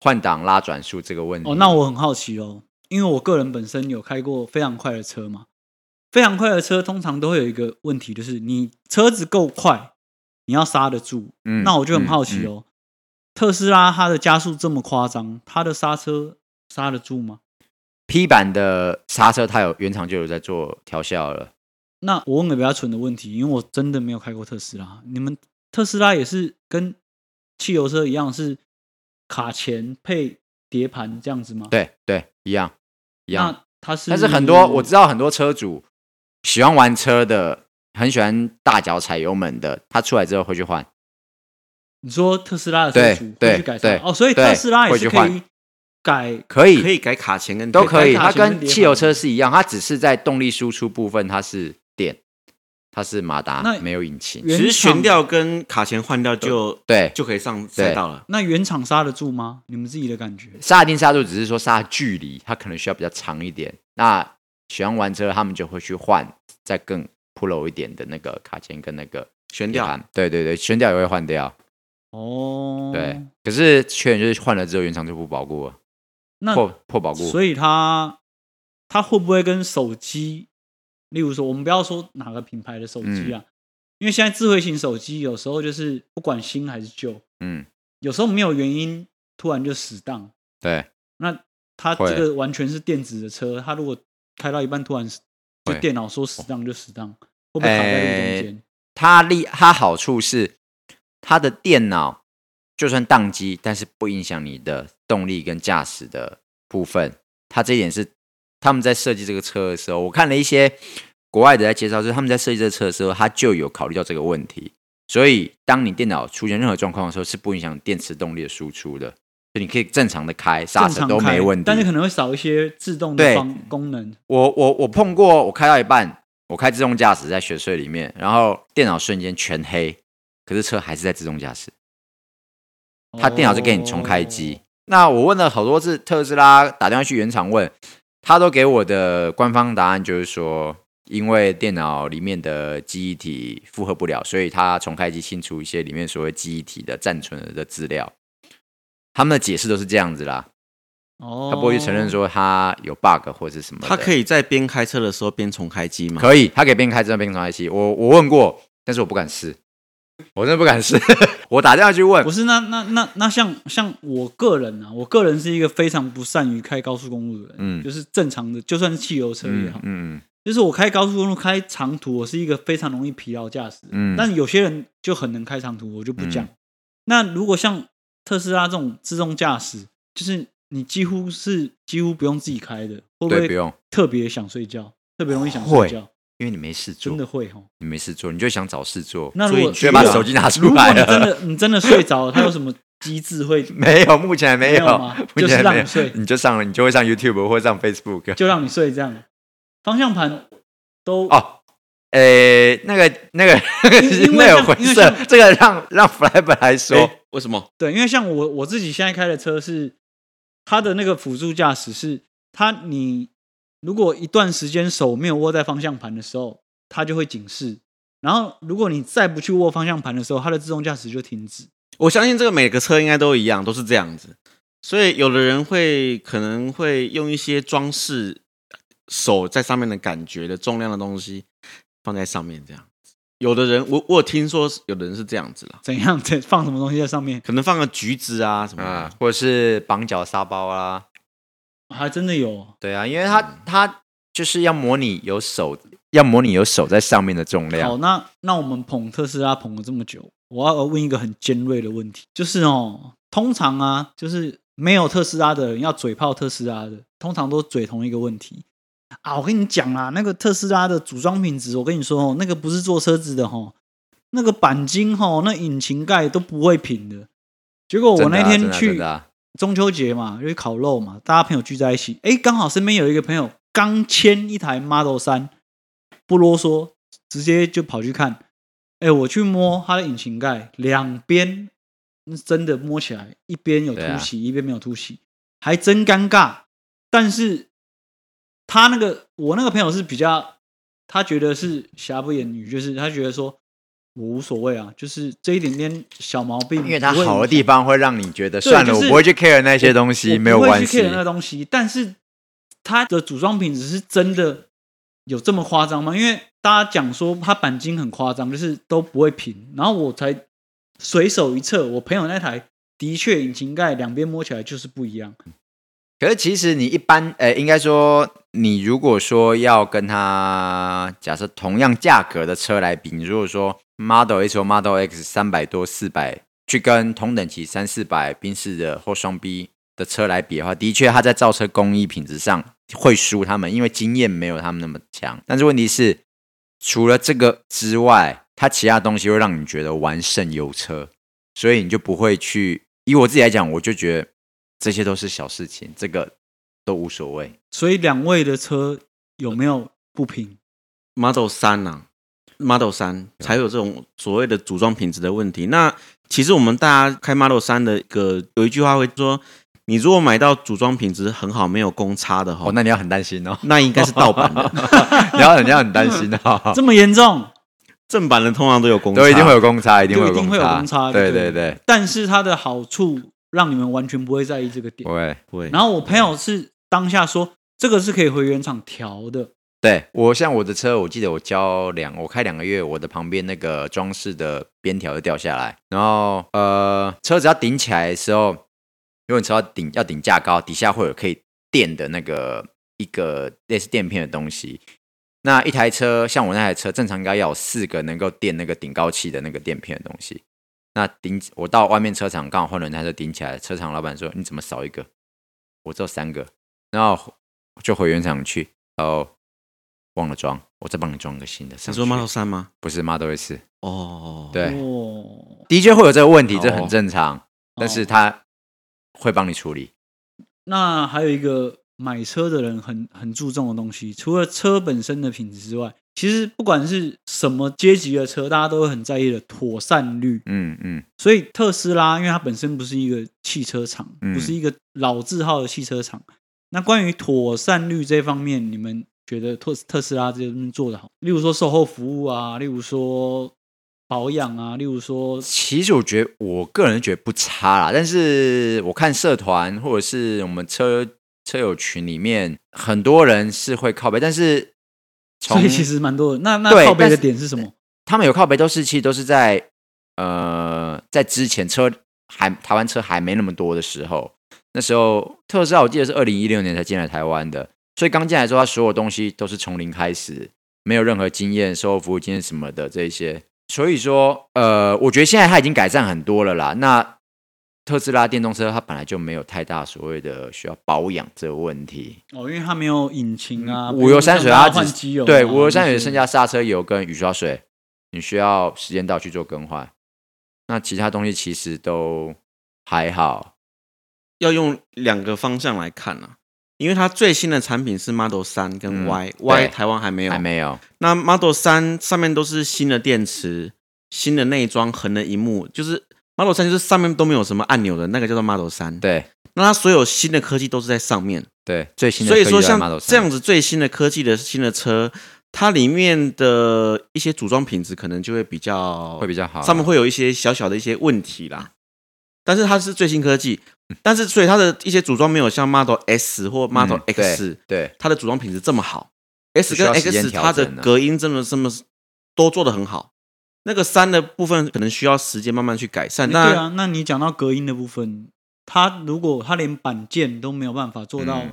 D: 换挡拉转速这个问题。
A: 哦，那我很好奇哦，因为我个人本身有开过非常快的车嘛，非常快的车通常都会有一个问题，就是你车子够快，你要刹得住。
D: 嗯
A: 那我就很好奇，哦，特斯拉它的加速这么夸张，它的刹车刹得住吗？
D: P 版的刹车它有原厂就有在做调校了，
A: 那我问个比较蠢的问题，因为我真的没有开过特斯拉。你们特斯拉也是跟汽油车一样是卡钳配碟盘这样子吗？，
D: 对对，一样一样。
A: 那它是
D: 但是很多我知道很多车主喜欢玩车的，很喜欢大脚踩油门的，他出来之后会去换。
A: 你说特斯拉的车主
D: 对
A: 会去改造
D: 对
A: 哦，所以
D: 对
A: 特斯拉也是
D: 会去
A: 可
D: 换
A: 以改
D: 可以
B: 可以改卡钳跟
D: 都可以，
A: 单卡
D: 它
A: 型跟
D: 跟
A: 碟
D: 汽
A: 盘
D: 油车是一样，它只是在动力输出部分它是电，它是马
A: 那
D: 达，没有引擎。
A: 原
B: 其实
A: 厂
B: 悬。吊跟卡钳换掉就
D: 对，
B: 就可以上赛道了。
A: 那原厂刹得住吗？你们自己的感觉？
D: 刹定刹住只是说刹距离，它可能需要比较长一点。那喜欢玩车，他们就会去换再更 pro 一点的那个卡钳跟那个
B: 悬
D: 碟
B: 吊
D: 盘。对对对，悬吊也会换掉。
A: 哦，
D: 对，，可是缺点就是换了之后原厂就不保固了，
A: 那
D: 破破保固。
A: 所以它它会不会跟手机，例如说，我们不要说哪个品牌的手机
D: 嗯
A: 啊，因为现在智慧型手机有时候就是不管新还是旧，
D: 嗯，
A: 有时候没有原因突然就死档。
D: 对，
A: 那它
D: 会
A: 这个完全是电子的车，它如果开到一半突然死就
D: 会哦
A: 电脑说死档就死档，会不会卡在路中间？
D: 它利它好处是它的电脑就算宕机，但是不影响你的动力跟驾驶的部分。它这一点是他们在设计这个车的时候，我看了一些国外的在介绍，就是他们在设计这个车的时候，它就有考虑到这个问题。所以，当你电脑出现任何状况的时候，是不影响电池动力的输出的，就你可以正常的开，刹
A: 正
D: 车
A: 常
D: 都
A: 开
D: 没问题。
A: 但是可能会少一些自动的
D: 对
A: 方功能。
D: 我我我碰过，我开到一半，我开自动驾驶在雪隧里面，然后电脑瞬间全黑，可是车还是在自动驾驶，它电脑就给你重
A: 哦
D: 开
B: 哦
D: 机。那我问了好多次特斯拉，打电话去原厂问，他都给我的官方答案就是说，因为电脑里面的记忆体负荷不了，所以它重开机清除一些里面所谓记忆体的暂存的资料。他们的解释都是这样子啦，
A: 哦，
D: 他不会去承认说它有 bug 或是什么的。
B: 他可以在边开车的时候边重开机吗？
D: 可以，他可以边开车边传 IC。我我问过，但是我不敢试，我真的不敢试。 我打电话去问
A: 不，是，那那那那像像我个人啊，我个人是一个非常不善于开高速公路的人，
D: 嗯
A: 就是正常的，就算是汽油车也
D: 嗯
A: 好，
D: 嗯
A: 就是我开高速公路开长途，我是一个非常容易疲劳驾驶的人，
D: 嗯
A: 但有些人就很能开长途，我就不讲。
D: 嗯
A: 那如果像特斯拉这种自动驾驶，就是你几乎是几乎不用自己开的，会不
D: 对，不
A: 会
D: 用，
A: 特别想睡觉，特别容易想睡
D: 会
A: 觉？
D: 因为你没事做
A: 真，的会哦。
D: 你没事做，你就想找事做，
A: 那如
D: 所以
A: 果啊
D: 你就会把手机拿
A: 如
D: 出
A: 果
D: 来
A: 你真
D: 了。
A: 的你真的睡着了，它有什么机制会
D: 没有，目前还没
A: 没有吗
D: 目
A: 就是
D: 前还没有
A: 让你睡
D: 你就上了，你就会上 YouTube 或上 Facebook。
A: 就让你睡这样？方向盘都
D: 哦，呃，那个那个
A: 因因为
D: 那
A: 像
D: 有回
A: 因为
D: 事
A: 像，
D: 这个让让 Fly 本来说
B: 诶，为什么？
A: 对，因为像我我自己现在开的车是，它的那个辅助驾驶是，它你如果一段时间手没有握在方向盘的时候，它就会警示。然后，如果你再不去握方向盘的时候，它的自动驾驶就停止。
B: 我相信这个每个车应该都一样，都是这样子。所以有的人会可能会用一些装饰手在上面的感觉的重量的东西放在上面，这样。有的人我我有听说是有的人是这样子啦，
A: 怎样？ 这放什么东西在上面？
B: 可能放个橘子啊什么
D: 啊
B: 的，，
D: 或者是绑脚沙包啊啦，
A: 还真的有，
D: 对啊，因为它
A: 嗯
D: 它就是要模拟有手，要模拟有手在上面的重
A: 好，
D: 量。
A: 那那我们捧特斯拉捧了这么久，我要问一个很尖锐的问题，就是哦，通常啊，就是没有特斯拉的人要嘴炮特斯拉的，通常都嘴同一个问题啊。我跟你讲啦，那个特斯拉的组装品质，我跟你说哦，那个不是做车子的哦，那个钣金哦，那引擎盖都不会平的。结果我
D: 真的
A: 那
D: 啊
A: 天
D: 真的啊真
A: 去
D: 的啊
A: 中秋节嘛，就去烤肉嘛，大家朋友聚在一起，哎，刚好身边有一个朋友刚签一台 Model 三，不啰嗦，直接就跑去看。哎，我去摸它的引擎盖，两边那真的摸起来，一边有凸
D: 对啊
A: 起，一边没有凸起，还真尴尬。但是他那个我那个朋友是比较，他觉得是瑕不掩瑜，就是他觉得说我无所谓啊，就是这一点点小毛病，
D: 因为它好的地方会让你觉得算了，
A: 就是
D: 我不会去 care 那些东
A: 我
D: 西，
A: 不
D: 没有
A: 会
D: 关
A: 去
D: 系
A: care。那个东西，但是它的组装品质是真的有这么夸张吗？因为大家讲说它钣金很夸张，就是都不会平，然后我才随手一测，我朋友那台的确引擎盖两边摸起来就是不一样，
D: 可是其实你一般，呃，应该说你如果说要跟它假设同样价格的车来比，你如果说 Model H 或 Model X 三百多四百，去跟同等级三四百宾士的或双 B 的车来比的话，的确它在造车工艺品质上会输他们，因为经验没有他们那么强。但是问题是，除了这个之外，它其他东西会让你觉得完胜油车，所以你就不会去。以我自己来讲，我就觉得这些都是小事情，这个都无所谓。
A: 所以两位的车有没有不平？
B: Model 三呐、Model 三
D: 啊
B: 才有这种所谓的组装品质的问题。那其实我们大家开 Model 三的一个有一句话会说，你如果买到组装品质很好、没有公差的哈、，
D: 哦，那你要很担心哦
B: 那应该是盗版的。
D: 你要你要很担心哦，
A: 这么严重？
B: 正版的通常都有公差，
D: 都一定会有公差，一定
A: 就
D: 会
A: 一定会有
D: 差，
A: 公差
D: 对
A: 对
D: 对对，
A: 但是它的好处让你们完全不会在意这个点。
D: 对。
B: 对。
A: 然后我朋友是当下说这个是可以回原厂调的，
D: 对我像我的车，我记得我交两，我开两个月，我的旁边那个装饰的边条就掉下来，然后呃，车子要顶起来的时候，如果你车要顶要顶架高，底下会有可以垫的那个一个类似垫片的东西。那一台车像我那台车，正常应该要有四个能够垫那个顶高器的那个垫片的东西。那顶我到外面车厂刚好换轮胎就顶起来，车厂老板说你怎么少一个？我只有三个，然后就回原厂去，然后忘了装，我再帮你装一个新的。
B: 你
D: 上
B: 说
D: 去
B: Model 三吗？
D: 不是 Model S，
B: 哦，
D: 对
A: 哦，
D: 的确会有这个问题，这
B: 哦
D: 很正常，但是
A: 哦
D: 他会帮你处理。
A: 那还有一个买车的人很很注重的东西，除了车本身的品质之外，其实不管是什么阶级的车，大家都会很在意的妥善率。
D: 嗯嗯，
A: 所以特斯拉，因为它本身不是一个汽车厂，
D: 嗯
A: 不是一个老字号的汽车厂。那关于妥善率这方面，你们觉得特特斯拉这边做的好？例如说售后服务啊，例如说保养啊，例如说
D: 其实我觉得我个人觉得不差啦，但是我看社团或者是我们车车友群里面，很多人是会靠背，但是
A: 所
D: 从
A: 以其实蛮多的。那那
D: 对
A: 靠背
D: 但
A: 的
D: 是
A: 点是什么？
D: 他们有靠背都是其实都是在呃在之前车还台湾车还没那么多的时候，那时候特斯拉我记得是二零一六年才进来台湾的，所以刚进来的时候，它所有东西都是从零开始，没有任何经验、售后服务经验什么的这一些。所以说，呃，我觉得现在它已经改善很多了啦。那特斯拉电动车它本来就没有太大所谓的需要保养这个问题，
A: 哦，因为它没有引擎啊，
D: 嗯五油三水它
A: 换
D: 只
A: 机油啊，
D: 对五油三
A: 这
D: 水
A: 些
D: 剩下刹车油跟雨刷水，你需要时间到去做更换。那其他东西其实都还好，
B: 要用两个方向来看啊，因为它最新的产品是 Model 三跟
D: 嗯
B: Y，Y、
D: 对
B: Y 台湾还没有，
D: 还没有。
B: 那 Model 三上面都是新的电池、新的内装、横的荧幕，就是 Model 三就是上面都没有什么按钮的那个叫做 Model 三。，
D: 对
B: 那它所有新的科技都是在上面，
D: 对，最新的
B: 所以
D: 科技
B: 说
D: 都在
B: 像
D: Model
B: 这
D: 3
B: 样子最新的科技的新的车，它里面的一些组装品质可能就会比较
D: 会比较好，
B: 上面会有一些小小的一些问题啦。但是它是最新科技，但是所以它的一些组装没有像 Model S 或 Model
D: 嗯
B: X、
D: 对
B: 它的组装品质这么好，S
D: 需
B: 跟
D: 要时间
B: X
D: 调
B: 它的
D: 整啊
B: 隔音真的这么都做得很好，那个三的部分可能需要时间慢慢去改善。
A: 那对
B: 那
A: 啊，那你讲到隔音的部分，它如果它连板件都没有办法做到
D: 嗯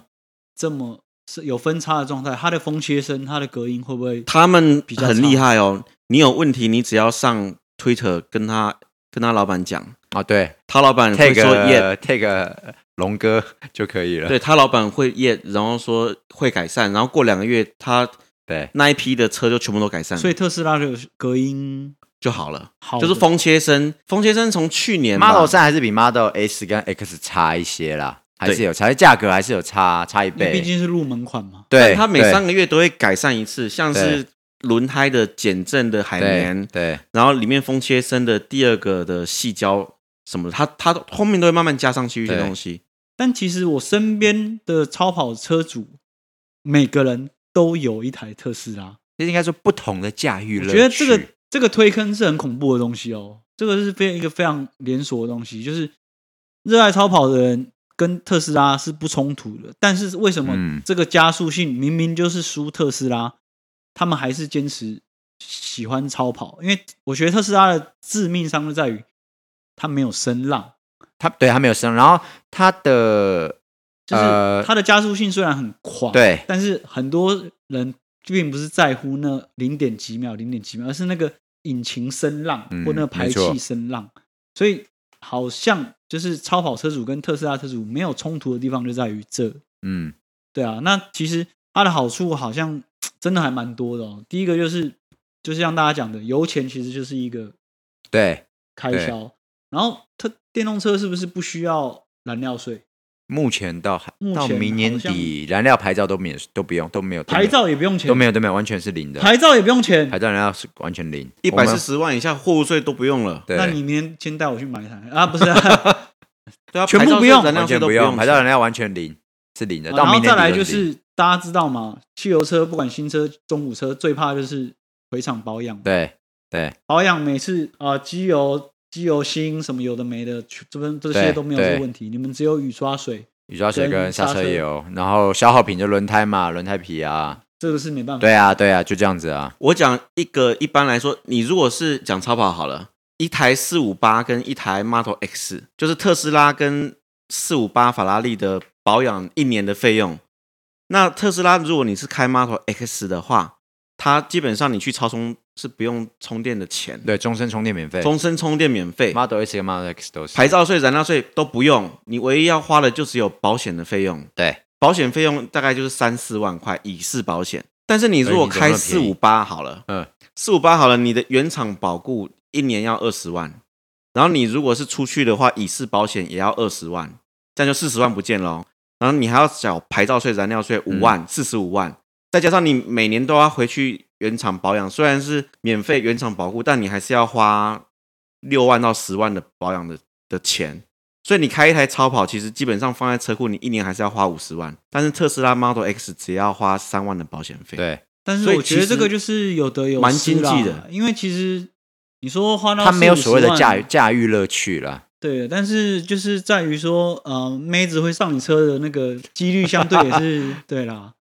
A: 这么是有分差的状态，它的风切声、它的隔音会不会？
B: 他们
A: 比较
B: 很厉
A: 差
B: 害哦，你有问题，你只要上 Twitter 跟他跟他老板讲，
D: 啊，对
B: 他老板嗯会
D: ，take
B: 说 y
D: a- take a 龙哥 就可以了。
B: 对他老板会 y 然后说会改善，然后过两个月他
D: 对
B: 那一批的车就全部都改善，
A: 所
B: 以
A: 以特哦斯拉的隔音
B: 就好了。
A: 好的
B: 就是风切声，风切声从去年吧
D: Model 三还是比 Model S 跟 X 差一些啦，还是
B: 对
D: 有差，价格还是有差差一
A: 因为
D: 倍。
A: 毕竟是入门款嘛。
D: 对，
B: 它每
D: 对
B: 三个月都会改善一次，像是轮胎的减震的海绵，
D: 对
B: 然后里面风切声的第二个的细胶什么的，它它后面都会慢慢加上去一些
D: 对
B: 东西。
A: 但其实我身边的超跑车主，每个人都有一台特斯拉。
D: 对，应该说不同的驾驭
A: 我
D: 乐
A: 觉得这个
D: 趣
A: 这个推坑是很恐怖的东西哦，这个是非一个非常连锁的东西，就是热爱超跑的人跟特斯拉是不冲突的，但是为什么
D: 嗯
A: 这个加速性明明就是输特斯拉，他们还是坚持喜欢超跑？因为我觉得特斯拉的致命伤就在于它没有声浪，
D: 它对它没有声，然后它的
A: 就是
D: 呃
A: 它的加速性虽然很快，
D: 对
A: 但是很多人并不是在乎那零点几秒、零点几秒，而是那个引擎声浪
D: 嗯
A: 或那个排
D: 没错
A: 气声浪。所以好像就是超跑车主跟特斯拉车主没有冲突的地方就在于这，
D: 嗯
A: 对啊。那其实它的好处好像真的还蛮多的哦。第一个就是，就是像大家讲的，油钱其实就是一个
D: 对，
A: 开销，然后特电动车是不是不需要燃料税？
D: 目前到还
A: 目
D: 到
A: 前
D: 明年
A: 好像
D: 底燃料牌照都免都不用都没有都没
A: 牌
D: 有
A: 照也不用钱，
D: 都没有都没有完全是零的，
A: 牌照也不用钱，
D: 牌照燃料是完全零，
B: 一百
D: 我们
B: 四十万以下货物税都不用了，
A: 那
D: 对
A: 你明天先带我去买一台 啊？不是、啊，
B: 对啊，
A: 全部
B: 牌照税
A: 不用啊
B: 燃料
D: 完
B: 税
D: 全
B: 都
D: 不
B: 用
D: 用，牌照燃料完全零是零的，
A: 然
D: 到
A: 后
D: 明年
A: 再
D: 底
A: 来就
D: 零
A: 是大家知道嘛，汽油车不管新车、中古车，最怕就是回厂保养。
D: 对对
A: 保养每次啊、呃机油、机油芯什么有的没的，全这边这些
D: 对
A: 都没有这个
D: 对
A: 问题。你们只有雨刷水，
D: 雨刷水
A: 跟
D: 跟
A: 刹
D: 刹
A: 车
D: 车油，然后消耗品就轮胎嘛，轮胎皮啊，
A: 这个是没办法。
D: 对啊对啊，就这样子啊，
B: 我讲一个，一般来说，你如果是讲超跑好了，一台四五八跟一台 Model X，就是特斯拉跟四五八法拉利的保养一年的费用。那特斯拉如果你是开 Model X 的话，它基本上你去超充是不用充电的钱，
D: 对，终身充电免费
B: 终身充电免费，
D: ，Model S 跟 Model X 都是
B: 牌照税、燃料税都不用，你唯一要花的就只有保险的费用。
D: 对。
B: 保险费用大概就是三四万块以示保险。但是你如果
D: 哎
B: 开
D: 你怎
B: 四
D: 么那
B: 五
D: 么
B: 八好了，
D: 嗯，
B: 四五八好了，你的原厂保固一年要二十万，然后你如果是出去的话，以示保险也要二十万，这样就四十万不见哦喽。然后你还要缴牌照税、燃料税
D: 嗯
B: 五万，四十五万，再加上你每年都要回去原厂保养，虽然是免费原厂保固，但你还是要花六万到十万的保养的的钱。所以你开一台超跑，其实基本上放在车库，你一年还是要花五十万。但是特斯拉 Model X 只要花三万的保险费。，
D: 对，
A: 但是
B: 所以
A: 我觉得
B: 其实
A: 这个就是有得有
B: 蛮
A: 失啦
B: 经济的
A: 因为其实你说花到
D: 它没有所谓的
A: 40
D: 驾驭
A: 万
D: 驾驭乐趣啦。
A: 对，但是就是在于说，呃，妹子会上你车的那个几率相对也 是对啦，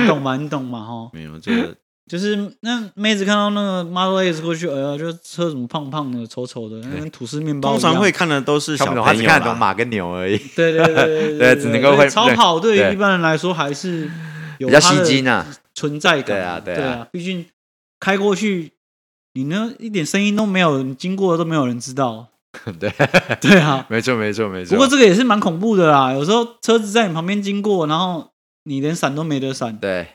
A: 你懂吗？你懂吗？哈，
B: 没有这个
A: 就是那妹子看到那个 Model S 过去，哎呀，就车怎么胖胖的、丑丑的，跟吐司面包
B: 通
A: 一样
B: 常会看的都是小
D: 啊看不
B: 朋友
D: 懂，他只看得懂
B: 啦。
D: 马跟牛而已，
A: 对对对对
D: 对只能够
A: 所以
D: 会
A: 超跑对于
D: 对
A: 一般人来说还是有
D: 比较
A: 它
D: 吸
A: 的
D: 睛啊。
A: 存在感。
D: 对啊
A: 对
D: 对啊
A: 毕竟开过去，你那一点声音都没有，你经过的都没有人知道。
D: 对，
A: 对啊，
D: 没错没 错没错。
A: 不过这个也是蛮恐怖的啦，有时候车子在你旁边经过，然后你连闪都没得闪，
D: 对，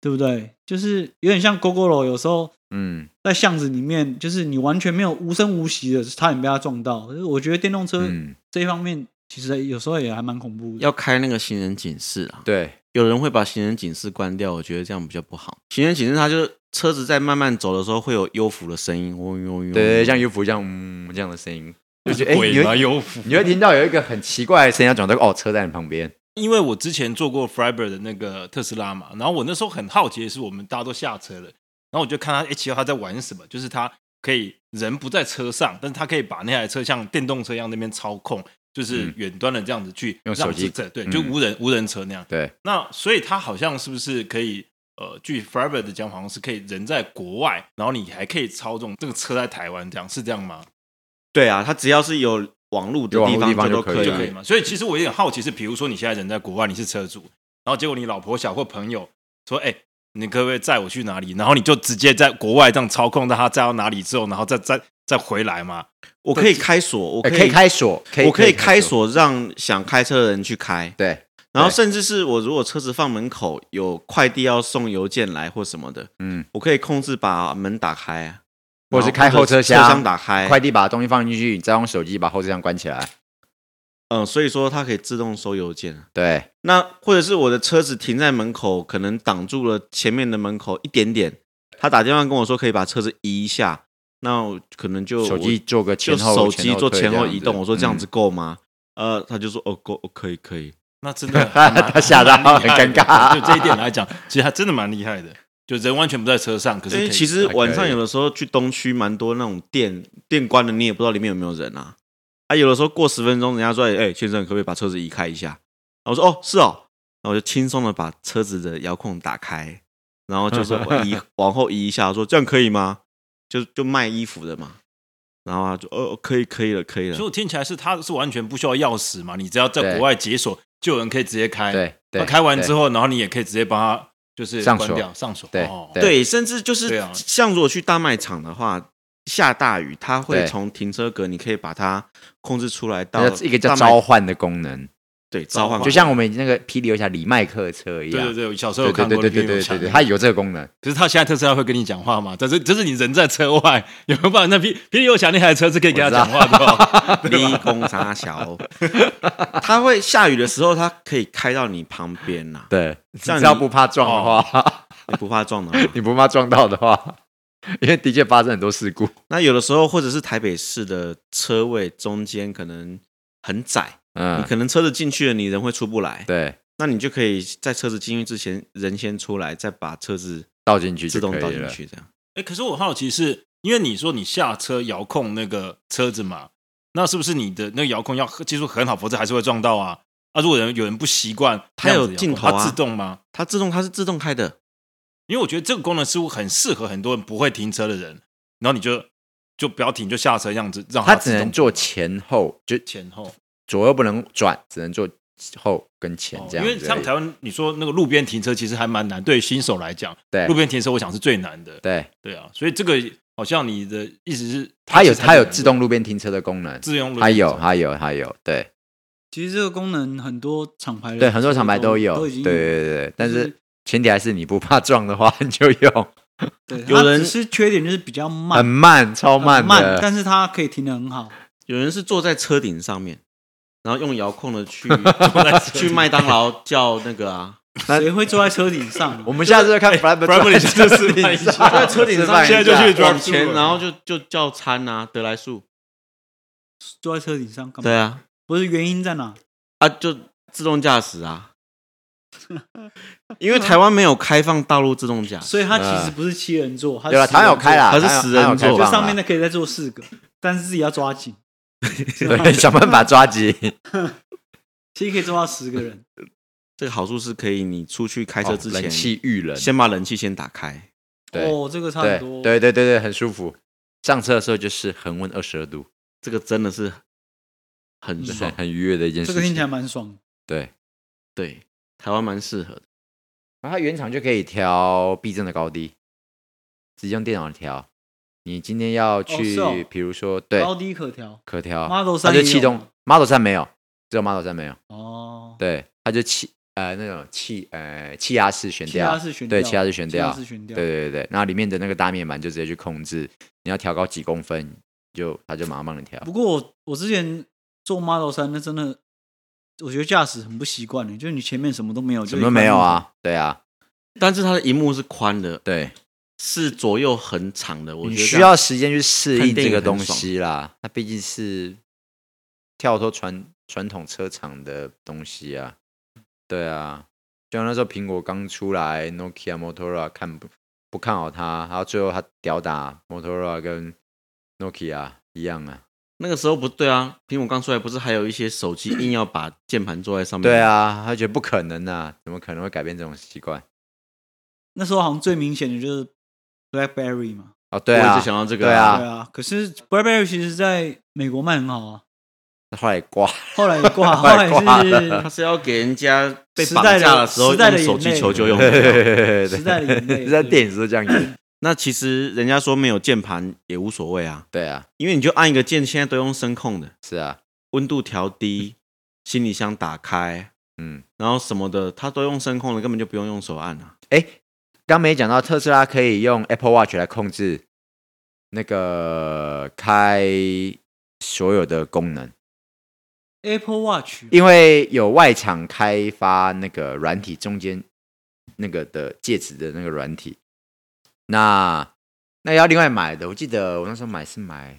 A: 对不对？就是有点像 GoGoRo，有时候
D: 嗯，
A: 在巷子里面，就是你完全没有无声无息的，差点被它撞到。就是我觉得电动车
D: 嗯
A: 这一方面，其实有时候也还蛮恐怖的。
B: 要开那个行人警示啊，
D: 对，
B: 有人会把行人警示关掉，我觉得这样比较不好。行人警示它就是车子在慢慢走的时候会有悠浮的声音，嗡嗡嗡。
D: 对对，像优服这样嗯这样的声音，就觉得哎，
C: 鬼
D: 你
C: 嘛
D: 会
C: 有福。
D: 你会听到有一个很奇怪的声音，要转到哦，车在你旁边，
C: 因为我之前坐过 Fiber 的那个特斯拉嘛，然后我那时候很好奇的是，我们大家都下车了，然后我就看他，哎、奇其实他在玩什么？就是他可以人不在车上，但是他可以把那台车像电动车一样那边操控，就是
D: 嗯
C: 远端的这样子去
D: 用
C: 让
D: 手机
C: 这对，就
D: 嗯
C: 无人、无人车那样。
D: 对，
C: 那所以他好像是不是可以呃，据 Firebird 的讲法，好像是可以人在国外，然后你还可以操纵这个车在台湾，这样是这样吗？
B: 对啊，它只要是有网络的
D: 有网
B: 地
D: 络
B: 方，
D: 地方
B: 这都
D: 就可
B: 以
D: 以
C: 就
D: 啊
C: 可以嘛？所以其实我有点好奇是，比如说你现在人在国外，你是车主，然后结果你老婆小或朋友说，哎、你可不可以载我去哪里？然后你就直接在国外这样操控到他载到哪里之后，然 后再再再回来嘛？
B: 我可以开锁，我
D: 呃
B: 可
D: 可
B: 以
D: 以，开锁，可以
B: 我可以开
D: 锁，
B: 锁让想开车的人去开。
D: 对，
B: 然后
D: 对
B: 甚至是我如果车子放门口有快递要送邮件来或什么的，
D: 嗯，
B: 我可以控制把门打开啊，
D: 或者是
B: 然
D: 开后车
B: 车
D: 厢
B: 打开。
D: 快递把东西放进去，你再用手机把后车厢关起来，
B: 嗯，所以说它可以自动收邮件啊。
D: 对，
B: 那或者是我的车子停在门口，可能挡住了前面的门口一点点，他打电话跟我说可以把车子移一下，那我可能就
D: 手机
B: 我
D: 做个
B: 就
D: 前后，
B: 手机做
D: 退
B: 前后
D: 这样
B: 移
D: 子嗯
B: 动，我说这样子，够吗？呃，他就说哦够，哦可以可以。
C: 那真 的
D: 他
C: 蛮
D: 吓到
C: 蛮厉害的
D: 很尴尬
C: 就这一点来讲，其实他真的蛮厉害的，就人完全不在车上，可是
D: 哎
B: 因
C: 可
B: 为
C: 以
B: 其实
D: 还可
B: 晚上
D: 以
B: 有的时候去东区蛮多那种店，店关了你也不知道里面有没有人啊。啊，有的时候过十分钟，人家说：“哎、先生，可不可以把车子移开一下？”然后我说：“哦，是哦。”然后我就轻松的把车子的遥控打开，然后就说我 移往后移一下，我说这样可以吗？就就卖衣服的嘛。然后他就哦，可以，可以了，可以了
C: 所以。我听起来是他是完全不需要钥匙嘛，你只要在
D: 对
C: 国外解锁，就有人可以直接
D: 嗯
C: 开。，
D: 对
C: 那
D: 对，
C: 开完之
D: 后，
C: 后，然后你也可以直接帮他就是
D: 上
C: 关
D: 锁
C: 掉上锁。
D: 对
C: 哦
D: 对
B: 对，甚至就是、
C: 对啊
B: 像如果去大卖场的话，下大雨，它会
D: 对
B: 从停车格，你可以把它控制出来到
D: 那一个叫
B: 大卖哦
D: 召唤的功能，
B: 对召唤，
C: 唤
D: 就像我们那个霹雳游侠李麦克车一
C: 对
D: 样
C: 对，对，我小时候
D: 对
C: 有看
D: 对
C: 过
D: 对
C: 那
D: 对
C: 个
D: 对
C: 有
D: 对
C: 墙
D: 对，，它有这个功能，
C: 可是他现在特斯拉会跟你讲话吗？但是就是你人在车外，有没有办法？那霹霹雳游侠那台车是可以跟他讲话的哦。
B: 咪公沙小， 它会下雨的时候，它可以开到你旁边呐、
D: 对，
B: 这样
D: 只要
B: 你
D: 不怕撞的话，
B: 你不怕撞的话。
D: 你不怕撞到的话， 因为的确发生很多事故，
B: 那有的时候，或者是台北市的车位中间可能很窄，你
D: 嗯，
B: 可能车子进去了，你人会出不来。
D: 对，
B: 那你就可以在车子进去之前，人先出来，再把车子
D: 倒进去就
B: 自动
D: 可
B: 倒
D: 以
B: 进
D: 了，
B: 去，这样。
C: 哎，可是我好奇是，因为你说你下车遥控那个车子嘛，那是不是你的那个遥控要技术很好，否则还是会撞到啊？啊，如果人有人不习惯，
B: 它有
C: 那样子遥控
B: 镜头啊
C: 它自动吗？
B: 它自动，它是自动开的。
C: 因为我觉得这个功能似乎很适合很多人不会停车的人，然后你就就不要停，就下车这样子，让
D: 它
C: 自
D: 只
C: 动
D: 能做前后，就
C: 前后
D: 左右不能转，只能做后跟前
C: 哦
D: 这样
C: 因
D: 子而已。
C: 为像台湾你说那个路边停车其实还蛮难，对于新手来讲，
D: 对
C: 路边停车我想是最难的。
D: 对，
C: 对啊，所以这个好像你的意思是
D: 它有
C: 其实
D: 它有
C: 很难
D: 自动路边停车的功能，
C: 自用路，
D: 它有它有它有，对
A: 其实这个功能很多厂牌的
D: 对，很多厂牌
A: 都
D: 都有，
A: 都
D: 对
A: 已经
D: 对
A: 有
D: 对对，但
A: 就是
D: 前提还是你不怕撞的话，你 就用，
A: 对，
B: 有
A: 它
B: 人
A: 只是缺点就是比较慢，
D: 很慢，超
A: 很
D: 慢
A: 慢，
D: 的，
A: 但是它可以停的很 好。
B: 有人是坐在车顶上面，然后用遥控的 去
C: 在车
B: 去麦当劳叫那个啊，
A: 谁会坐在车顶上？啊
D: 我们下次再看 Brad
C: Bradbury 下次示 范一 下
B: 在啊车顶上，
C: 现在就去 drive-thru
B: 往前，
C: 了
B: 然后就就叫餐啊，德来速。
A: 坐在车顶上干嘛？
B: 对啊，
A: 不是原因在哪？
B: 啊就自动驾驶 啊，因为台湾没有开放道路自动驾驶，
A: 所以它其实不是七人座，它
D: 呃对了，
A: 十人
D: 台湾有开啦，
B: 它是
D: 台湾有
B: 十人
D: 台湾有开
B: 座
A: 座，
D: 放
A: 就上面
D: 啦
A: 的可以再坐四个，但是自己要抓紧，
D: 对，想办法 抓紧。
A: 其实可以坐到十个人。
B: 这个好处是可以你出去开车之
D: 哦
B: 前，
D: 冷气遇人，
B: 先把冷气先打开，
D: 对
A: 哦，这个差
D: 对
A: 很多。
D: 对对对对，很舒服。上车的时候就是恒温二十二度，
B: 这个真的是很
D: 这很
B: 爽。
D: 很愉悦的一件
A: 这
D: 事
A: 个听
D: 情
A: 起。来蛮爽。
D: 对，
B: 对，台湾蛮适合的。
D: 然后它原厂就可以调避震的高低，直接用电脑调。你今天要去，
A: 是哦
D: 比如说对
A: 高低可调。
D: 可调
A: Model
D: 它
A: 3
D: 就
A: 也
D: 气
A: 有
D: 动
A: 吗
D: Model 三没有，只有 Model 三没有。
A: 哦，
D: 对，它就气呃那种气呃气压式悬
A: 气
D: 吊
A: 压，式悬吊，
D: 对气压式悬吊
A: 气压式悬
D: 对
A: 吊。
D: 对对对。然后里面的那个大面板就直接去控制，你要调高几公分，就它就马上帮你调。
A: 不过我我之前坐 Model 三，那真的，我觉得驾驶很不习惯的，就是你前面什么都没有，
D: 什么都没有？啊？对啊，
B: 但是它的荧幕是宽的，
D: 对。
B: 是左右很长的，我觉
D: 你
B: 得
D: 需
B: 这样
D: 要时间去适
B: 看
D: 应
B: 电
D: 这
B: 影
D: 个
B: 很
D: 东
B: 爽
D: 西啦，它毕竟是跳脱传传统车厂的东西啊。对啊，就像那时候苹果刚出来，Nokia、Motorola 看不不看好它，然后最后它吊打 Motorola 跟 Nokia 一样啊。
B: 那个时候不对啊，苹果刚出来不是还有一些手机硬要把键盘坐在上面？
D: 啊对，啊，他觉得不可能啊，怎么可能会改变这种习惯？
A: 那时候好像最明显的就是 BlackBerry 嘛，
D: 哦，对
B: 我
D: 啊，
B: 一直想到这个、
D: 对
A: 对
D: 啊
A: 啊。可是 BlackBerry 其实在美国卖很好啊，
D: 后来挂，
A: 后来也挂，后来
D: 快挂
B: 他
A: 是
B: 是要给人家被
A: 时
B: 绑
A: 代的
B: 架的时候
A: 时代的
B: 用手
A: 眼
B: 机
A: 泪
B: 求救用 的。
A: 时
D: 时
A: 代的眼泪
D: 在电影是这样演，
B: 那其实人家说没有键盘也无所谓啊，
D: 对啊，
B: 因为你就按一个键，现在都用声控的，
D: 是啊，
B: 温度调低，行李箱打开，
D: 嗯，
B: 然后什么的，它都用声控的，根本就不用用手按啊。
D: 哎，刚没讲到特斯拉可以用 Apple Watch 来控制那个开所有的功能，
A: Apple Watch，
D: 因为有外厂开发那个软体中间那个的戒指的那个软体，那那要另外买的。我记得我那时候买是买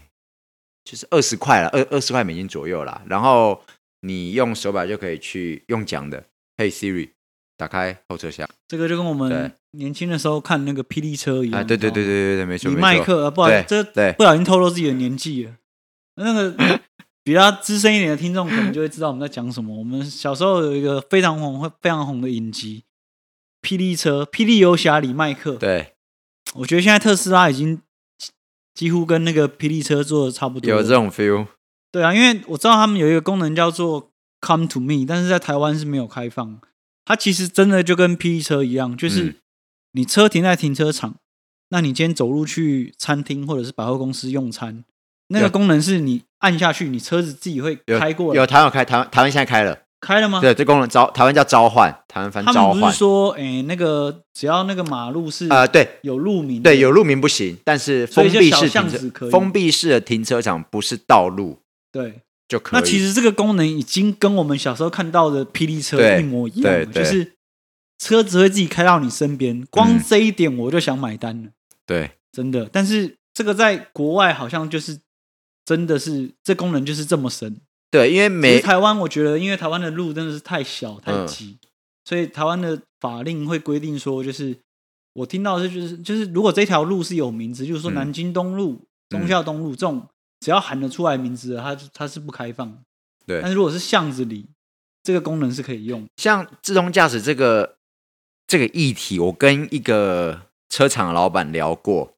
D: 就是二十块了，二二十块美金左右啦。然后你用手表就可以去用讲的，Hey Siri，打开后车厢。
A: 这个就跟我
D: 对
A: 们年轻的时候看那个霹雳车一样。
D: 啊，对对对对
A: 你
D: 对对，没错
A: 知道吗，李
D: 没
A: 麦
D: 错。
A: 克，呃不好意思，
D: 对
A: 这
D: 对
A: 不小心透露自己的年纪了。那 个比较资深一点的听众可能就会知道我们在讲什么。我们小时候有一个非常红、会非常红的影集《霹雳车》，《霹雳游侠》里麦克。
D: 对，
A: 我觉得现在特斯拉已经几几乎跟那个霹雳车做的差不多了。
D: 有这种 feel。
A: 对啊，因为我知道他们有一个功能叫做 “Come to Me”，但是在台湾是没有开放。它其实真的就跟 P 车一样，就是
D: 嗯
A: 你车停在停车场，那你今天走路去餐厅或者是百货公司用餐，那个
D: 有
A: 功能是你按下去，你车子自己会
D: 有
A: 开过
D: 有
A: 来。
D: 台湾有开，台湾台湾现在开了，
A: 开了吗？
D: 对，这功能召台湾叫召唤，台湾翻
A: 他
D: 召
A: 们不
D: 唤
A: 是。说，哎、那个只要那个马路是
D: 啊，对，
A: 有路名的、
D: 对，有路名不行，但是
A: 所以
D: 封
A: 一些
D: 闭
A: 小
D: 式
A: 巷
D: 停
A: 子可
D: 车
A: 以
D: 封闭式的停车场不是道路
A: 对，
D: 就可以。
A: 那其实这个功能已经跟我们小时候看到的霹雳车
D: 对
A: 一模一样了，
D: 对
A: 就
D: 对
A: 是车子会自己开到你身边，光
D: 嗯
A: 这一点我就想买单了，
D: 对
A: 真的。但是这个在国外好像就是真的是这功能就是这么神。
D: 对，因为
A: 只是
D: 每
A: 台湾我觉得，因为台湾的路真的是太小太挤，
D: 嗯
A: 所以台湾的法令会规定说，就是我听到的是就是就是如果这条路是有名字，就是说
D: 嗯
A: 南京东路、忠孝东路这种，只要喊得出来名字的，它就它是不开放的。
D: 对
A: 但是如果是巷子里，这个功能是可以用。
D: 像自动驾驶这个这个议题，我跟一个车厂的老板聊过，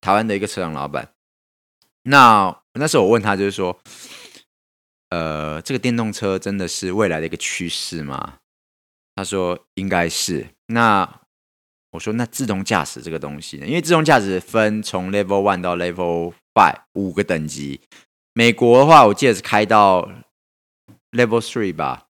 D: 台湾的一个车厂老板。那那时候我问他，就是说，呃，这个电动车真的是未来的一个趋势吗？他说应该是。那我说，那自动驾驶这个东西呢？因为自动驾驶分从 Level One 到 Level Five 五个等级。美国的话，我记得是开到 Level Three 吧，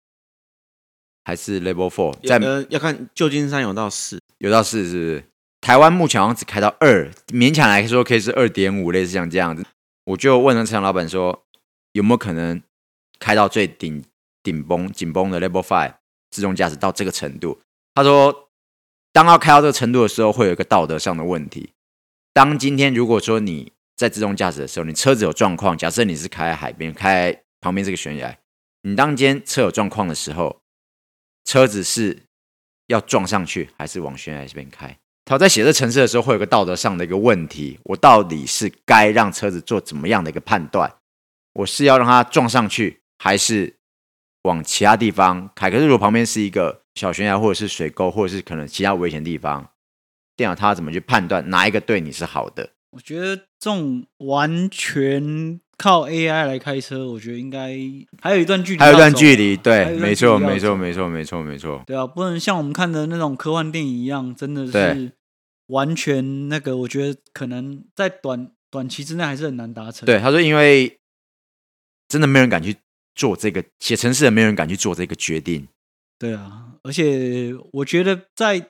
D: 还是 Level Four？在
B: 呃要看旧金山有到四，
D: 有到四是不是？台湾目前好像只开到二，勉强来说可以是二点五，类似像这样子。我就问了车厂老板说，有没有可能开到最顶顶崩紧绷的 Level Five 自动驾驶到这个程度？他说，当要开到这个程度的时候，会有一个道德上的问题。当今天如果说你在自动驾驶的时候，你车子有状况，假设你是开海边，开旁边这个悬崖，你当今天车有状况的时候，车子是要撞上去还是往悬崖这边开？他在写这城市的时候，会有个道德上的一个问题：我到底是该让车子做怎么样的一个判断？我是要让它撞上去，还是往其他地方开？可是如果旁边是一个小悬崖，或者是水沟，或者是可能其他危险地方，电脑它怎么去判断哪一个对你是好的？
A: 我觉得这种完全靠 AI 来开车，我觉得应该还有一段距离要走啊，
D: 还有一段距离，
A: 还
D: 对，
A: 有一段
D: 没
A: 距离要
D: 错，没
A: 走
D: 错，没错，没错，没错，
A: 对啊，不能像我们看的那种科幻电影一样，真的是
D: 对
A: 完全那个，我觉得可能在短短期之内还是很难达成。
D: 对，他说，因为真的没有人敢去做这个，写城市的没有人敢去做这个决定。
A: 对啊，而且我觉得在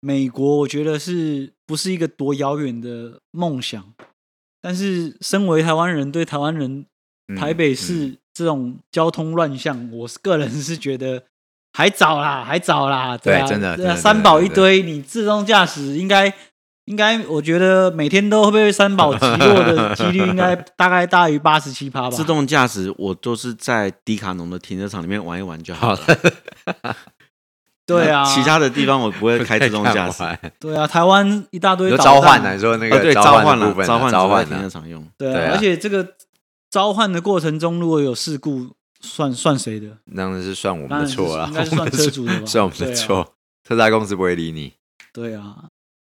A: 美国，我觉得是不是一个多遥远的梦想？但是身为台湾人，对台湾人
D: 嗯
A: 台北
D: 嗯
A: 市这种交通乱象，我是个人是觉得还早啦，还早啦。啊、
D: 对真的
A: 对啊，
D: 真的
A: 三宝一
D: 真的
A: 堆，你自动驾驶应该应该，我觉得每天都会被三宝击落 的几率应该大概大于八十七趴吧。
B: 自动驾驶我都是在迪卡侬的停车场里面玩一玩就好了。
A: 对啊，
B: 其他的地方我不会开自动驾驶。
D: 驶，
A: 对啊，台湾一大堆
D: 有
A: 导
D: 召
A: 弹
D: 唤啊，你 说那
B: 哦，
D: 个
B: 对，召
D: 召
B: 唤
D: 的
B: 了
D: 部，分
B: 召
D: 啊，
B: 唤
D: 召
B: 只在
D: 唤
B: 停车
D: 呢？
B: 场用。
A: 对
D: 对
A: 啊，
D: 啊
A: 而且这个召唤的过程中，如果有事故，算算谁的？
D: 当然是算我
A: 当
D: 们
A: 然
D: 的
A: 是
D: 错了，
A: 应该是
D: 我们
A: 算车主的吧
D: 算我们
A: 对啊
D: 的错，特斯拉公司不会理你。
A: 对啊，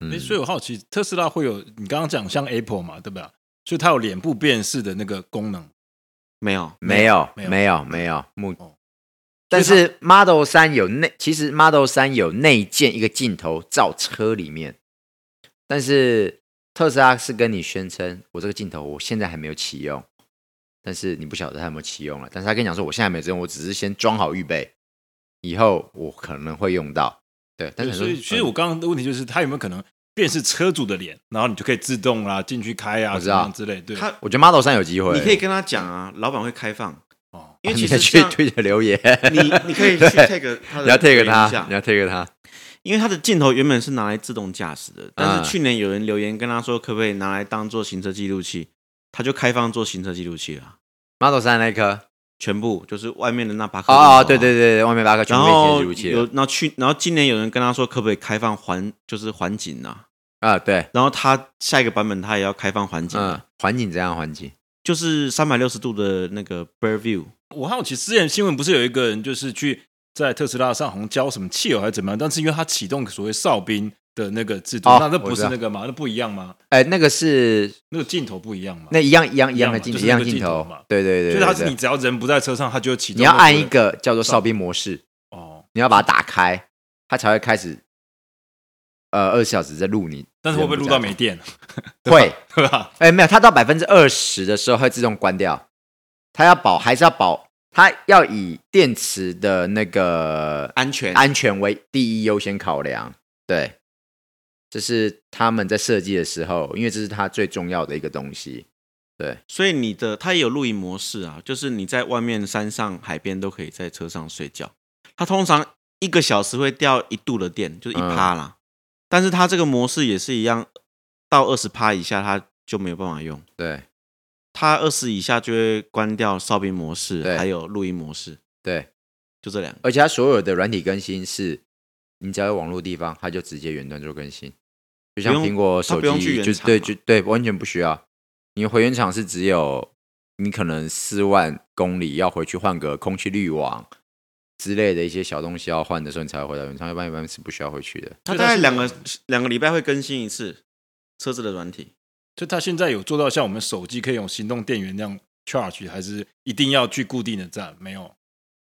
D: 嗯
C: 哎，所以我好奇，特斯拉会有你刚刚讲像 Apple 嘛，对吧？所以它有脸部辨识的那个功能，
B: 没有，
D: 没有，
C: 没有
D: 没有，没有目
C: 哦。
D: 但是 Model 三有内，其实 Model 三有内建一个镜头照车里面，但是特斯拉是跟你宣称，我这个镜头我现在还没有启用，但是你不晓得它有没有启用了，但是他跟你讲说，我现在还没有启用，我只是先装好预备，以后我可能会用到。对，但
C: 对
D: 是
C: 所
D: 很
C: 以
D: 多嗯
C: 其实我刚刚的问题就是，它有没有可能辨识车主的脸，然后你就可以自动啦进去开啊，
D: 我知道
C: 怎么样之类。对，
B: 他
D: 我觉得 Model 三有机会，
B: 你可以跟他讲啊，老板会开放，
C: 哦，
B: 因为
D: 你
B: 其
D: 可以
B: 实
D: 去
B: 像
D: 推的留言，
B: 你你可以去
D: 对
B: take 他的，
D: 你要 take
B: 一
D: 他
B: 下，
D: 你要 take 他，
B: 因为它的镜头原本是拿来自动驾驶
D: 嗯
B: 的，但是去年有人留言跟他说，可不可以拿来当做行车记录器，他就开放做行车记录器了，
D: Model 三那一颗
B: 全部就是外面的那八颗镜头啊
D: 哦，对对。对，对外面八个全
B: 然
D: 部变
B: 后
D: 成记录器
B: 有
D: 了，
B: 然后去，然后今年有人跟他说，可不可以开放环，就是环景啊？
D: 啊，对，
B: 然后他下一个版本他也要开放环景，啊
D: 嗯，环境怎样？环境
B: 就是三百六十度的那个 bird view，
C: 我好奇，之前新闻不是有一个人就是去在特斯拉上好像教什么汽油还是怎么样，但是因为他启动所谓哨兵的那个制度，
D: 哦
C: 那那
D: 我
C: 不
D: 知
C: 是
D: 道
C: 那个吗？那不一样吗？
D: 哎，那个是
C: 那个镜头不一样吗？
D: 那一样一样一样
C: 一样
D: 的
C: 嘛
D: 镜
C: 就
D: 头，
C: 是
D: 一样
C: 那个
D: 镜
C: 镜头
D: 头
C: 嘛，
D: 对对对，
C: 就是它是
D: 对
C: 你只要人不在车上，它就会启动。
D: 你要按一个叫做哨兵模式，
C: 哦，
D: 你要把它打开，它才会开始，呃，二十小时在录你，
C: 但是会不会录到没电？啊
D: 会，
C: 对吧？
D: 哎，没有，它到百分之二十的时候会自动关掉，它要保还是要保，它要以电池的那个
B: 安全
D: 安全为第一优先考量。对，这是他们在设计的时候，因为这是它最重要的一个东西。
B: 所以你的它也有露营模式啊，就是你在外面、山上、海边都可以在车上睡觉。它通常一个小时会掉一度的电，就是一趴啦。但是它这个模式也是一样，到二十趴以下它就没有办法用，
D: 对
B: 它二十以下就会关掉哨兵模式，
D: 对
B: 还有录音模式，
D: 对，
B: 就这两个。
D: 而且它所有的软体更新是，你只要有网络地方，它就直接远端做更新，就像
B: 不用
D: 苹果手
B: 它不用去
D: 机，
B: 原
D: 就
B: 厂
D: 对
B: 嘛
D: 就对，完全不需要。你回原厂是只有你可能四万公里要回去换个空气滤网之类的一些小东西要换的时候，你才会回到原厂，要不然一般是不需要回去的。
B: 它
C: 所以
B: 大
C: 它
B: 概
C: 是
B: 两个两个礼拜会更新一次车子的软体。
C: 就它现在有做到像我们手机可以用行动电源那样 charge，还是一定要去固定的站？没有，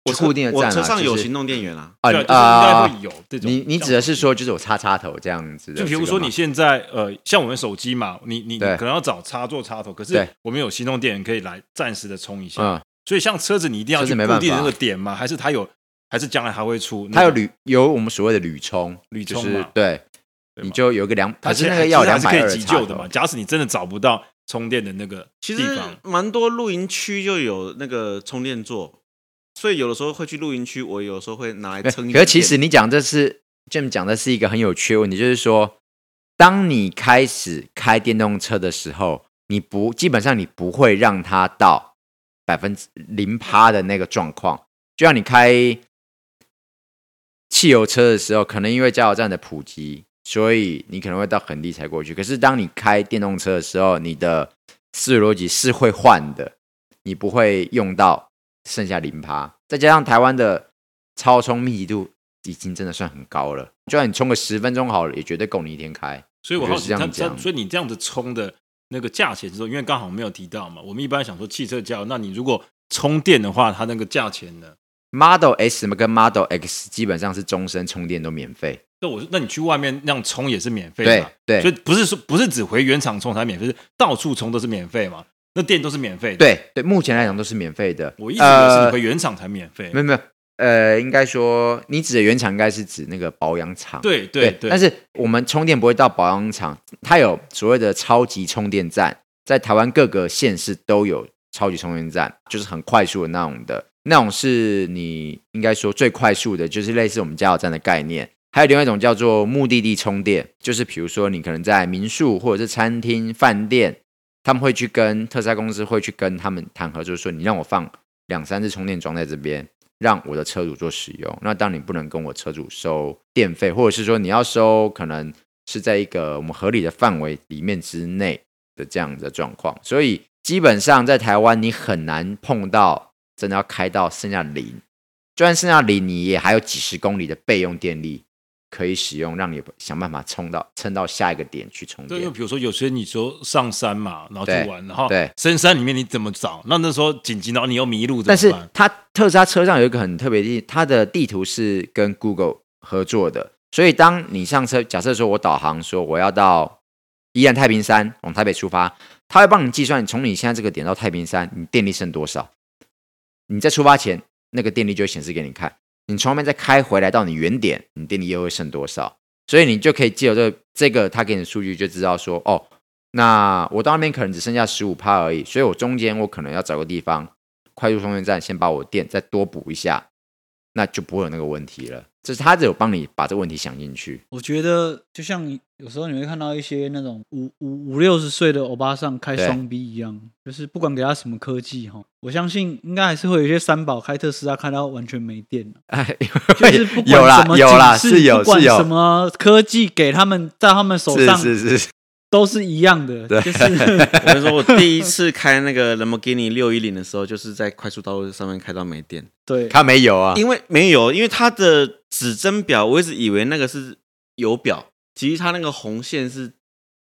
D: 我固定的
B: 我
D: 站、啊，
B: 车上
D: 就
B: 有
D: 是
B: 行动电源啊，
D: 啊
C: 对啊，
D: 啊
C: 就是应该会有这种。
D: 你你指的是说，就是有插插头这样子的这个
C: 就
D: 吗？
C: 比如说你现在呃，像我们手机嘛，你你你
D: 对
C: 可能要找插座插头，可是
D: 对
C: 我们有行动电源可以来暂时的充一下。
D: 嗯，
C: 所以像车子，你一定要
D: 车子
C: 去
D: 没
C: 固
D: 办
C: 定的
D: 法啊
C: 那个点吗？还是它有？还是将来还会出那种？
D: 它有铝有我们所谓的铝充，
C: 铝
D: 就
C: 充
D: 是
C: 嘛
D: 对，
C: 对
D: 你
C: 嘛
D: 就有一个两，可
C: 而
D: 是
C: 且
D: 那个要
C: 其实
D: 两
C: 还是
D: 百
C: 可
D: 二
C: 以急救的嘛。假使你真的找不到充电的那个
B: 其
C: 地
B: 实
C: 方，
B: 蛮多露营区就有那个充电座，所以有的时候会去露营区，我有时候会拿来
D: 对
B: 撑一点电。
D: 可是其实你讲这是 Jim 讲的是一个很有趣的问题，就是说，当你开始开电动车的时候，你不基本上你不会让它到百分之零趴的那个状况，就像你开汽油车的时候，可能因为加油站的普及，所以你可能会到很低才过去。可是当你开电动车的时候，你的思维逻辑是会换的，你不会用到剩下零趴。再加上台湾的超充密集度已经真的算很高了，就算你充个十分钟好了，也绝对够你一天开。
C: 所以我
D: 我觉
C: 好
D: 得是
C: 奇
D: 这样
C: 它
D: 讲
C: 它，所以你这样子充的那个价钱是说，因为刚好没有提到嘛，我们一般想说汽车加油，那你如果充电的话，它那个价钱呢？
D: Model S 跟 Model X 基本上是终身充电都免费，
C: 那我说，那你去外面那样充也是免费
D: 对
C: 的嘛，
D: 对
C: 所以不是说不是只回原厂充才免费，是到处充都是免费嘛？那电都是免费的。，
D: 对对，目前来讲都是免费的。
C: 我一直以为是
D: 呃
C: 回原厂才免费。
D: 没有没有，呃，应该说你指的原厂应该是指那个保养厂。
C: 对对对，
D: 但是我们充电不会到保养厂，它有所谓的超级充电站，在台湾各个县市都有超级充电站，就是很快速的那种的，那种是你应该说最快速的，就是类似我们加油站的概念。还有另外一种叫做目的地充电，就是比如说你可能在民宿或者是餐厅、饭店，他们会去跟特斯拉公司会去跟他们谈合作，说你让我放两三次充电桩在这边，让我的车主做使用。那当你不能跟我车主收电费，或者是说你要收，可能是在一个我们合理的范围里面之内的这样的状况。所以基本上在台湾，你很难碰到真的要开到剩下零，就算剩下零，你也还有几十公里的备用电力。可以使用，让你想办法冲到撑到下一个点去充
C: 对，因为
D: 电。
C: 比如说有些你说上山嘛，然后去
D: 对
C: 玩，然后
D: 对
C: 深山里面你怎么找？那那时候紧急，然后你又迷路，
D: 但是
C: 怎么办？
D: 它特斯拉车上有一个很特别的地，它的地图是跟 Google 合作的，所以当你上车，假设说我导航说我要到宜兰太平山往台北出发，它会帮你计算从你现在这个点到太平山，你电力剩多少。你在出发前，那个电力就会显示给你看。你从外面再开回来到你原点，你电力又会剩多少？所以你就可以借由这个这个他给你的数据，就知道说，哦，那我到那边可能只剩下十五帕而已，所以我中间我可能要找个地方快速充电站，先把我电再多补一下，那就不会有那个问题了。这是他只有帮你把这个问题想 进去。
A: 我觉得就像你有时候你会看到一些那种五五五六十岁的欧巴桑开
D: 对
A: 双 B 一样，就是不管给他什么科技哈，我相信应该还是会有一些三宝开特斯拉开到完全没电 了，
D: 哎，
A: 就是不管
D: 有啦
A: 什么
D: 有啦，
A: 警
D: 是
A: 示
D: 有
A: 不管
D: 是有
A: 什么科技给他们在他们手
D: 是
A: 上
D: 是是是，
A: 都是一样的，就是
B: 我跟你说，我第一次开那个兰博基尼六一零的时候，就是在快速道路上面开到没电，
A: 对，
D: 他没有啊，
B: 因为没有，因为它的指针表，我一直以为那个是油表，其实它那个红线是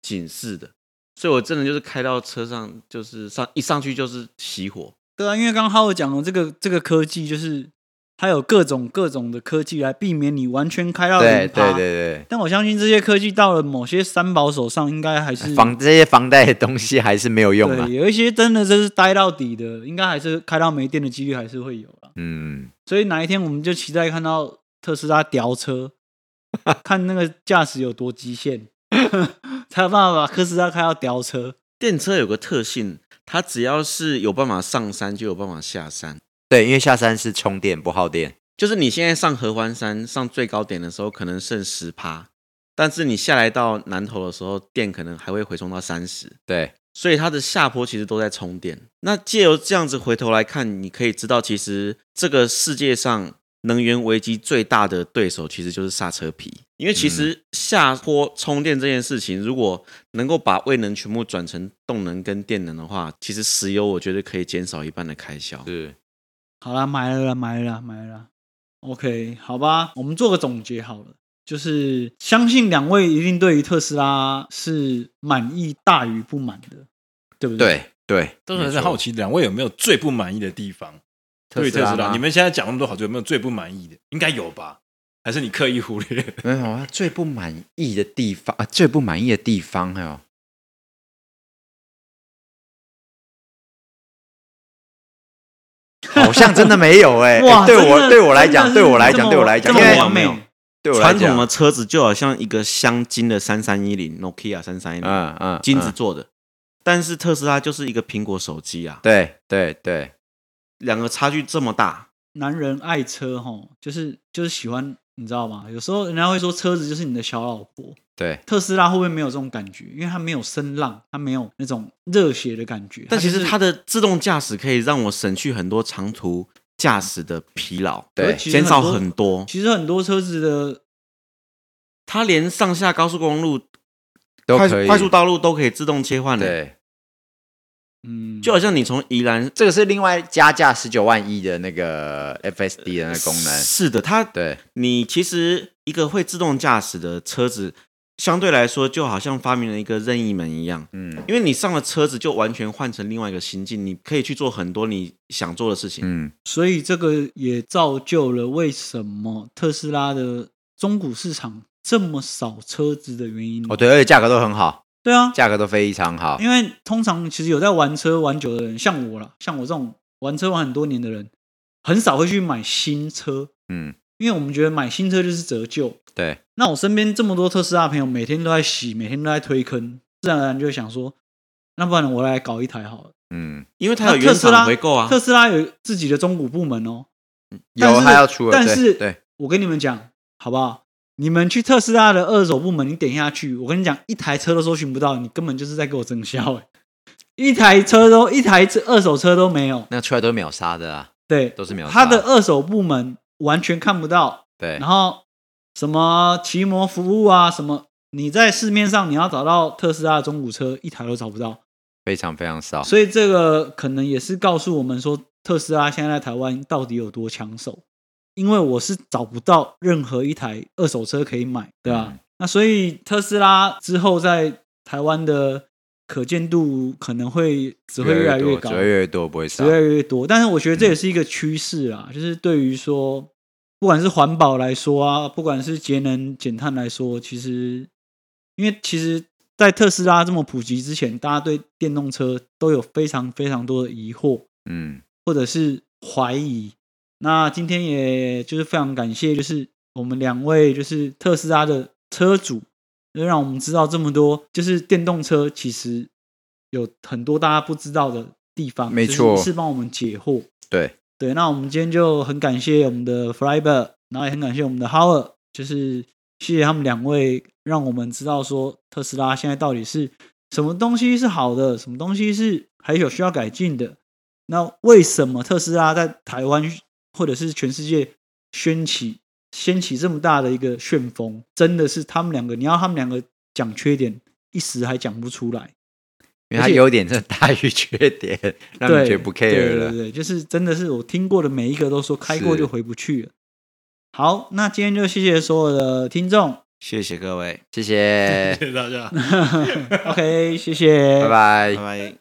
B: 警示的，所以我真的就是开到车上，就是上一上去就是熄火，
A: 对啊，因为刚刚浩尔讲的这个这个科技，就是它有各种各种的科技来避免你完全开到
D: 对
A: 零
D: 对
A: 趴。
D: 对
A: 但我相信这些科技到了某些三宝手上，应该还是
D: 对，房这些房贷的东西还是没有用啊
A: 对，。有一些真的就是待到底的，应该还是开到没电的几率还是会有啦。
D: 嗯，
A: 所以哪一天我们就期待看到特斯拉吊 车，看那个驾驶有多极限， 才有办法把特斯拉开到吊车。
B: 电车有个特性，它只要是有办法上山，就有办法下山。
D: 对，因为下山是充电不耗电，
B: 就是你现在上合欢山上最高点的时候，可能剩十趴，但是你下来到南头的时候，电可能还会回充到三十，
D: 对
B: 所以它的下坡其实都在充电。那借由这样子回头来看，你可以知道，其实这个世界上能源危机最大的对手其实就是刹车皮，因为其实下坡充电这件事情，如果能够把未能全部转成动能跟电能的话，其实石油我觉得可以减少一半的开销。
D: 是，
A: 好啦，买了啦，买了啦，买了啦。OK，好吧，我们做个总结好了，就是相信两位一定对于特斯拉是满意大于不满的，对不对？
D: 对对，
C: 都是
D: 没
C: 在
D: 错
C: 好奇两位有没有最不满意的地方？对于特斯拉，
D: 吗
C: 你们现在讲那么多好处，有没有最不满意的？应该有吧？还是你刻意忽略？
D: 没有啊，最不满意的地方啊，最不满意的地方还有，好像真的没有 哎、欸
A: 哇，
D: 欸对
A: 真的
D: 我对我来
A: 真
D: 讲，
A: 的
D: 对
A: 是
D: 我来
A: 这
D: 讲，
A: 么
D: 对我来讲，
A: 这
D: 因
A: 么
D: 为
A: 完美，
D: 对我来
B: 传
D: 讲，
B: 统的车子就好像一个镶金的三三一零 Nokia 三三一零，
D: 嗯嗯，
B: 金子
D: 嗯
B: 做的，但是特斯拉就是一个苹果手机啊，
D: 对对对，
B: 两个差距这么大，
A: 男人爱车吼，就是就是喜欢，你知道吗？有时候人家会说车子就是你的小老婆，
D: 对，
A: 特斯拉会不会没有这种感觉？因为它没有声浪，它没有那种热血的感觉。
B: 但其实
A: 就是
B: 它的自动驾驶可以让我省去很多长途驾驶的疲劳，
D: 对
A: 而且其实
B: 减少
A: 多
B: 很多。
A: 其实很多车子的
B: 它连上下高速公路、
D: 都
B: 快
D: 可以
B: 快速道路都可以自动切换的，
D: 对，
A: 嗯，
B: 就好像你从宜兰
D: 这个是另外加价十九万一的那个 FSD 的那个功能，
B: 是的，它
D: 对
B: 你其实一个会自动驾驶的车子，相对来说就好像发明了一个任意门一样，
D: 嗯
B: 因为你上了车子就完全换成另外一个心境，你可以去做很多你想做的事情。
D: 嗯，
A: 所以这个也造就了为什么特斯拉的中古市场这么少车子的原因。
D: 哦对，而且价格都很好，
A: 对啊，
D: 价格都非常好，
A: 因为通常其实有在玩车玩久的人，像我啦，像我这种玩车玩很多年的人，很少会去买新车，
D: 嗯，
A: 因为我们觉得买新车就是折旧。
D: 对，
A: 那我身边这么多特斯拉朋友，每天都在洗，每天都在推坑，自然而然就会想说，那不然我来搞一台好了。
D: 嗯，
B: 因为它
A: 那
B: 有
A: 特
B: 原
A: 斯拉
B: 厂回购啊，
A: 特斯拉有自己的中古部门哦。但
D: 有
A: 是
D: 它要出了，
A: 但
D: 对
A: 是
D: 对，
A: 我跟你们讲，好不好？你们去特斯拉的二手部门，你点下去，我跟你讲，一台车都搜寻不到，你根本就是在给我增销、欸，一台车都一台车二手车都没有，
D: 那出来都是秒杀的啊，
A: 对，
D: 都是秒杀。
A: 他的二手部门完全看不到，
D: 对
A: 然后什么骑摩服务啊，什么你在市面上你要找到特斯拉的中古车，一台都找不到，
D: 非常非常少，
A: 所以这个可能也是告诉我们说，特斯拉现在在台湾到底有多抢手。因为我是找不到任何一台二手车可以买，对吧、
D: 嗯
A: 那所以特斯拉之后在台湾的可见度可能会只会越来
D: 多
A: 高，
D: 只会越来越多，不会
A: 只
D: 少
A: 会。越来越多。但是我觉得这也是一个趋势啦，就是对于说，不管是环保来说啊，不管是节能减碳来说，其实因为其实，在特斯拉这么普及之前，大家对电动车都有非常非常多的疑惑
D: 嗯，
A: 或者是怀疑。那今天也就是非常感谢，就是我们两位就是特斯拉的车主，就让我们知道这么多，就是电动车其实有很多大家不知道的地方，
D: 没
A: 就是
D: 错
A: 是帮我们解惑。
D: 对，
A: 对，那我们今天就很感谢我们的 Flyber，然后也很感谢我们的 Howard，就是谢谢他们两位，让我们知道说特斯拉现在到底是什么东西是好的，什么东西是还有需要改进的。那为什么特斯拉在台湾或者是全世界掀起掀起这么大的一个旋风？真的是他们两个，你要他们两个讲缺点，一时还讲不出来。
D: 因为它
A: 而且
D: 优点真的大于 缺点，让
A: 对，
D: 你觉得不
A: 对
D: care
A: 对对
D: 了。
A: 对，就是真的是我听过的每一个都说开过
D: 是
A: 就回不去了。好，那今天就谢谢所有的听 众
B: 谢谢各位，
D: 谢谢，
C: 谢谢大家。
A: ，OK，谢谢，
D: 拜拜
B: 拜。拜。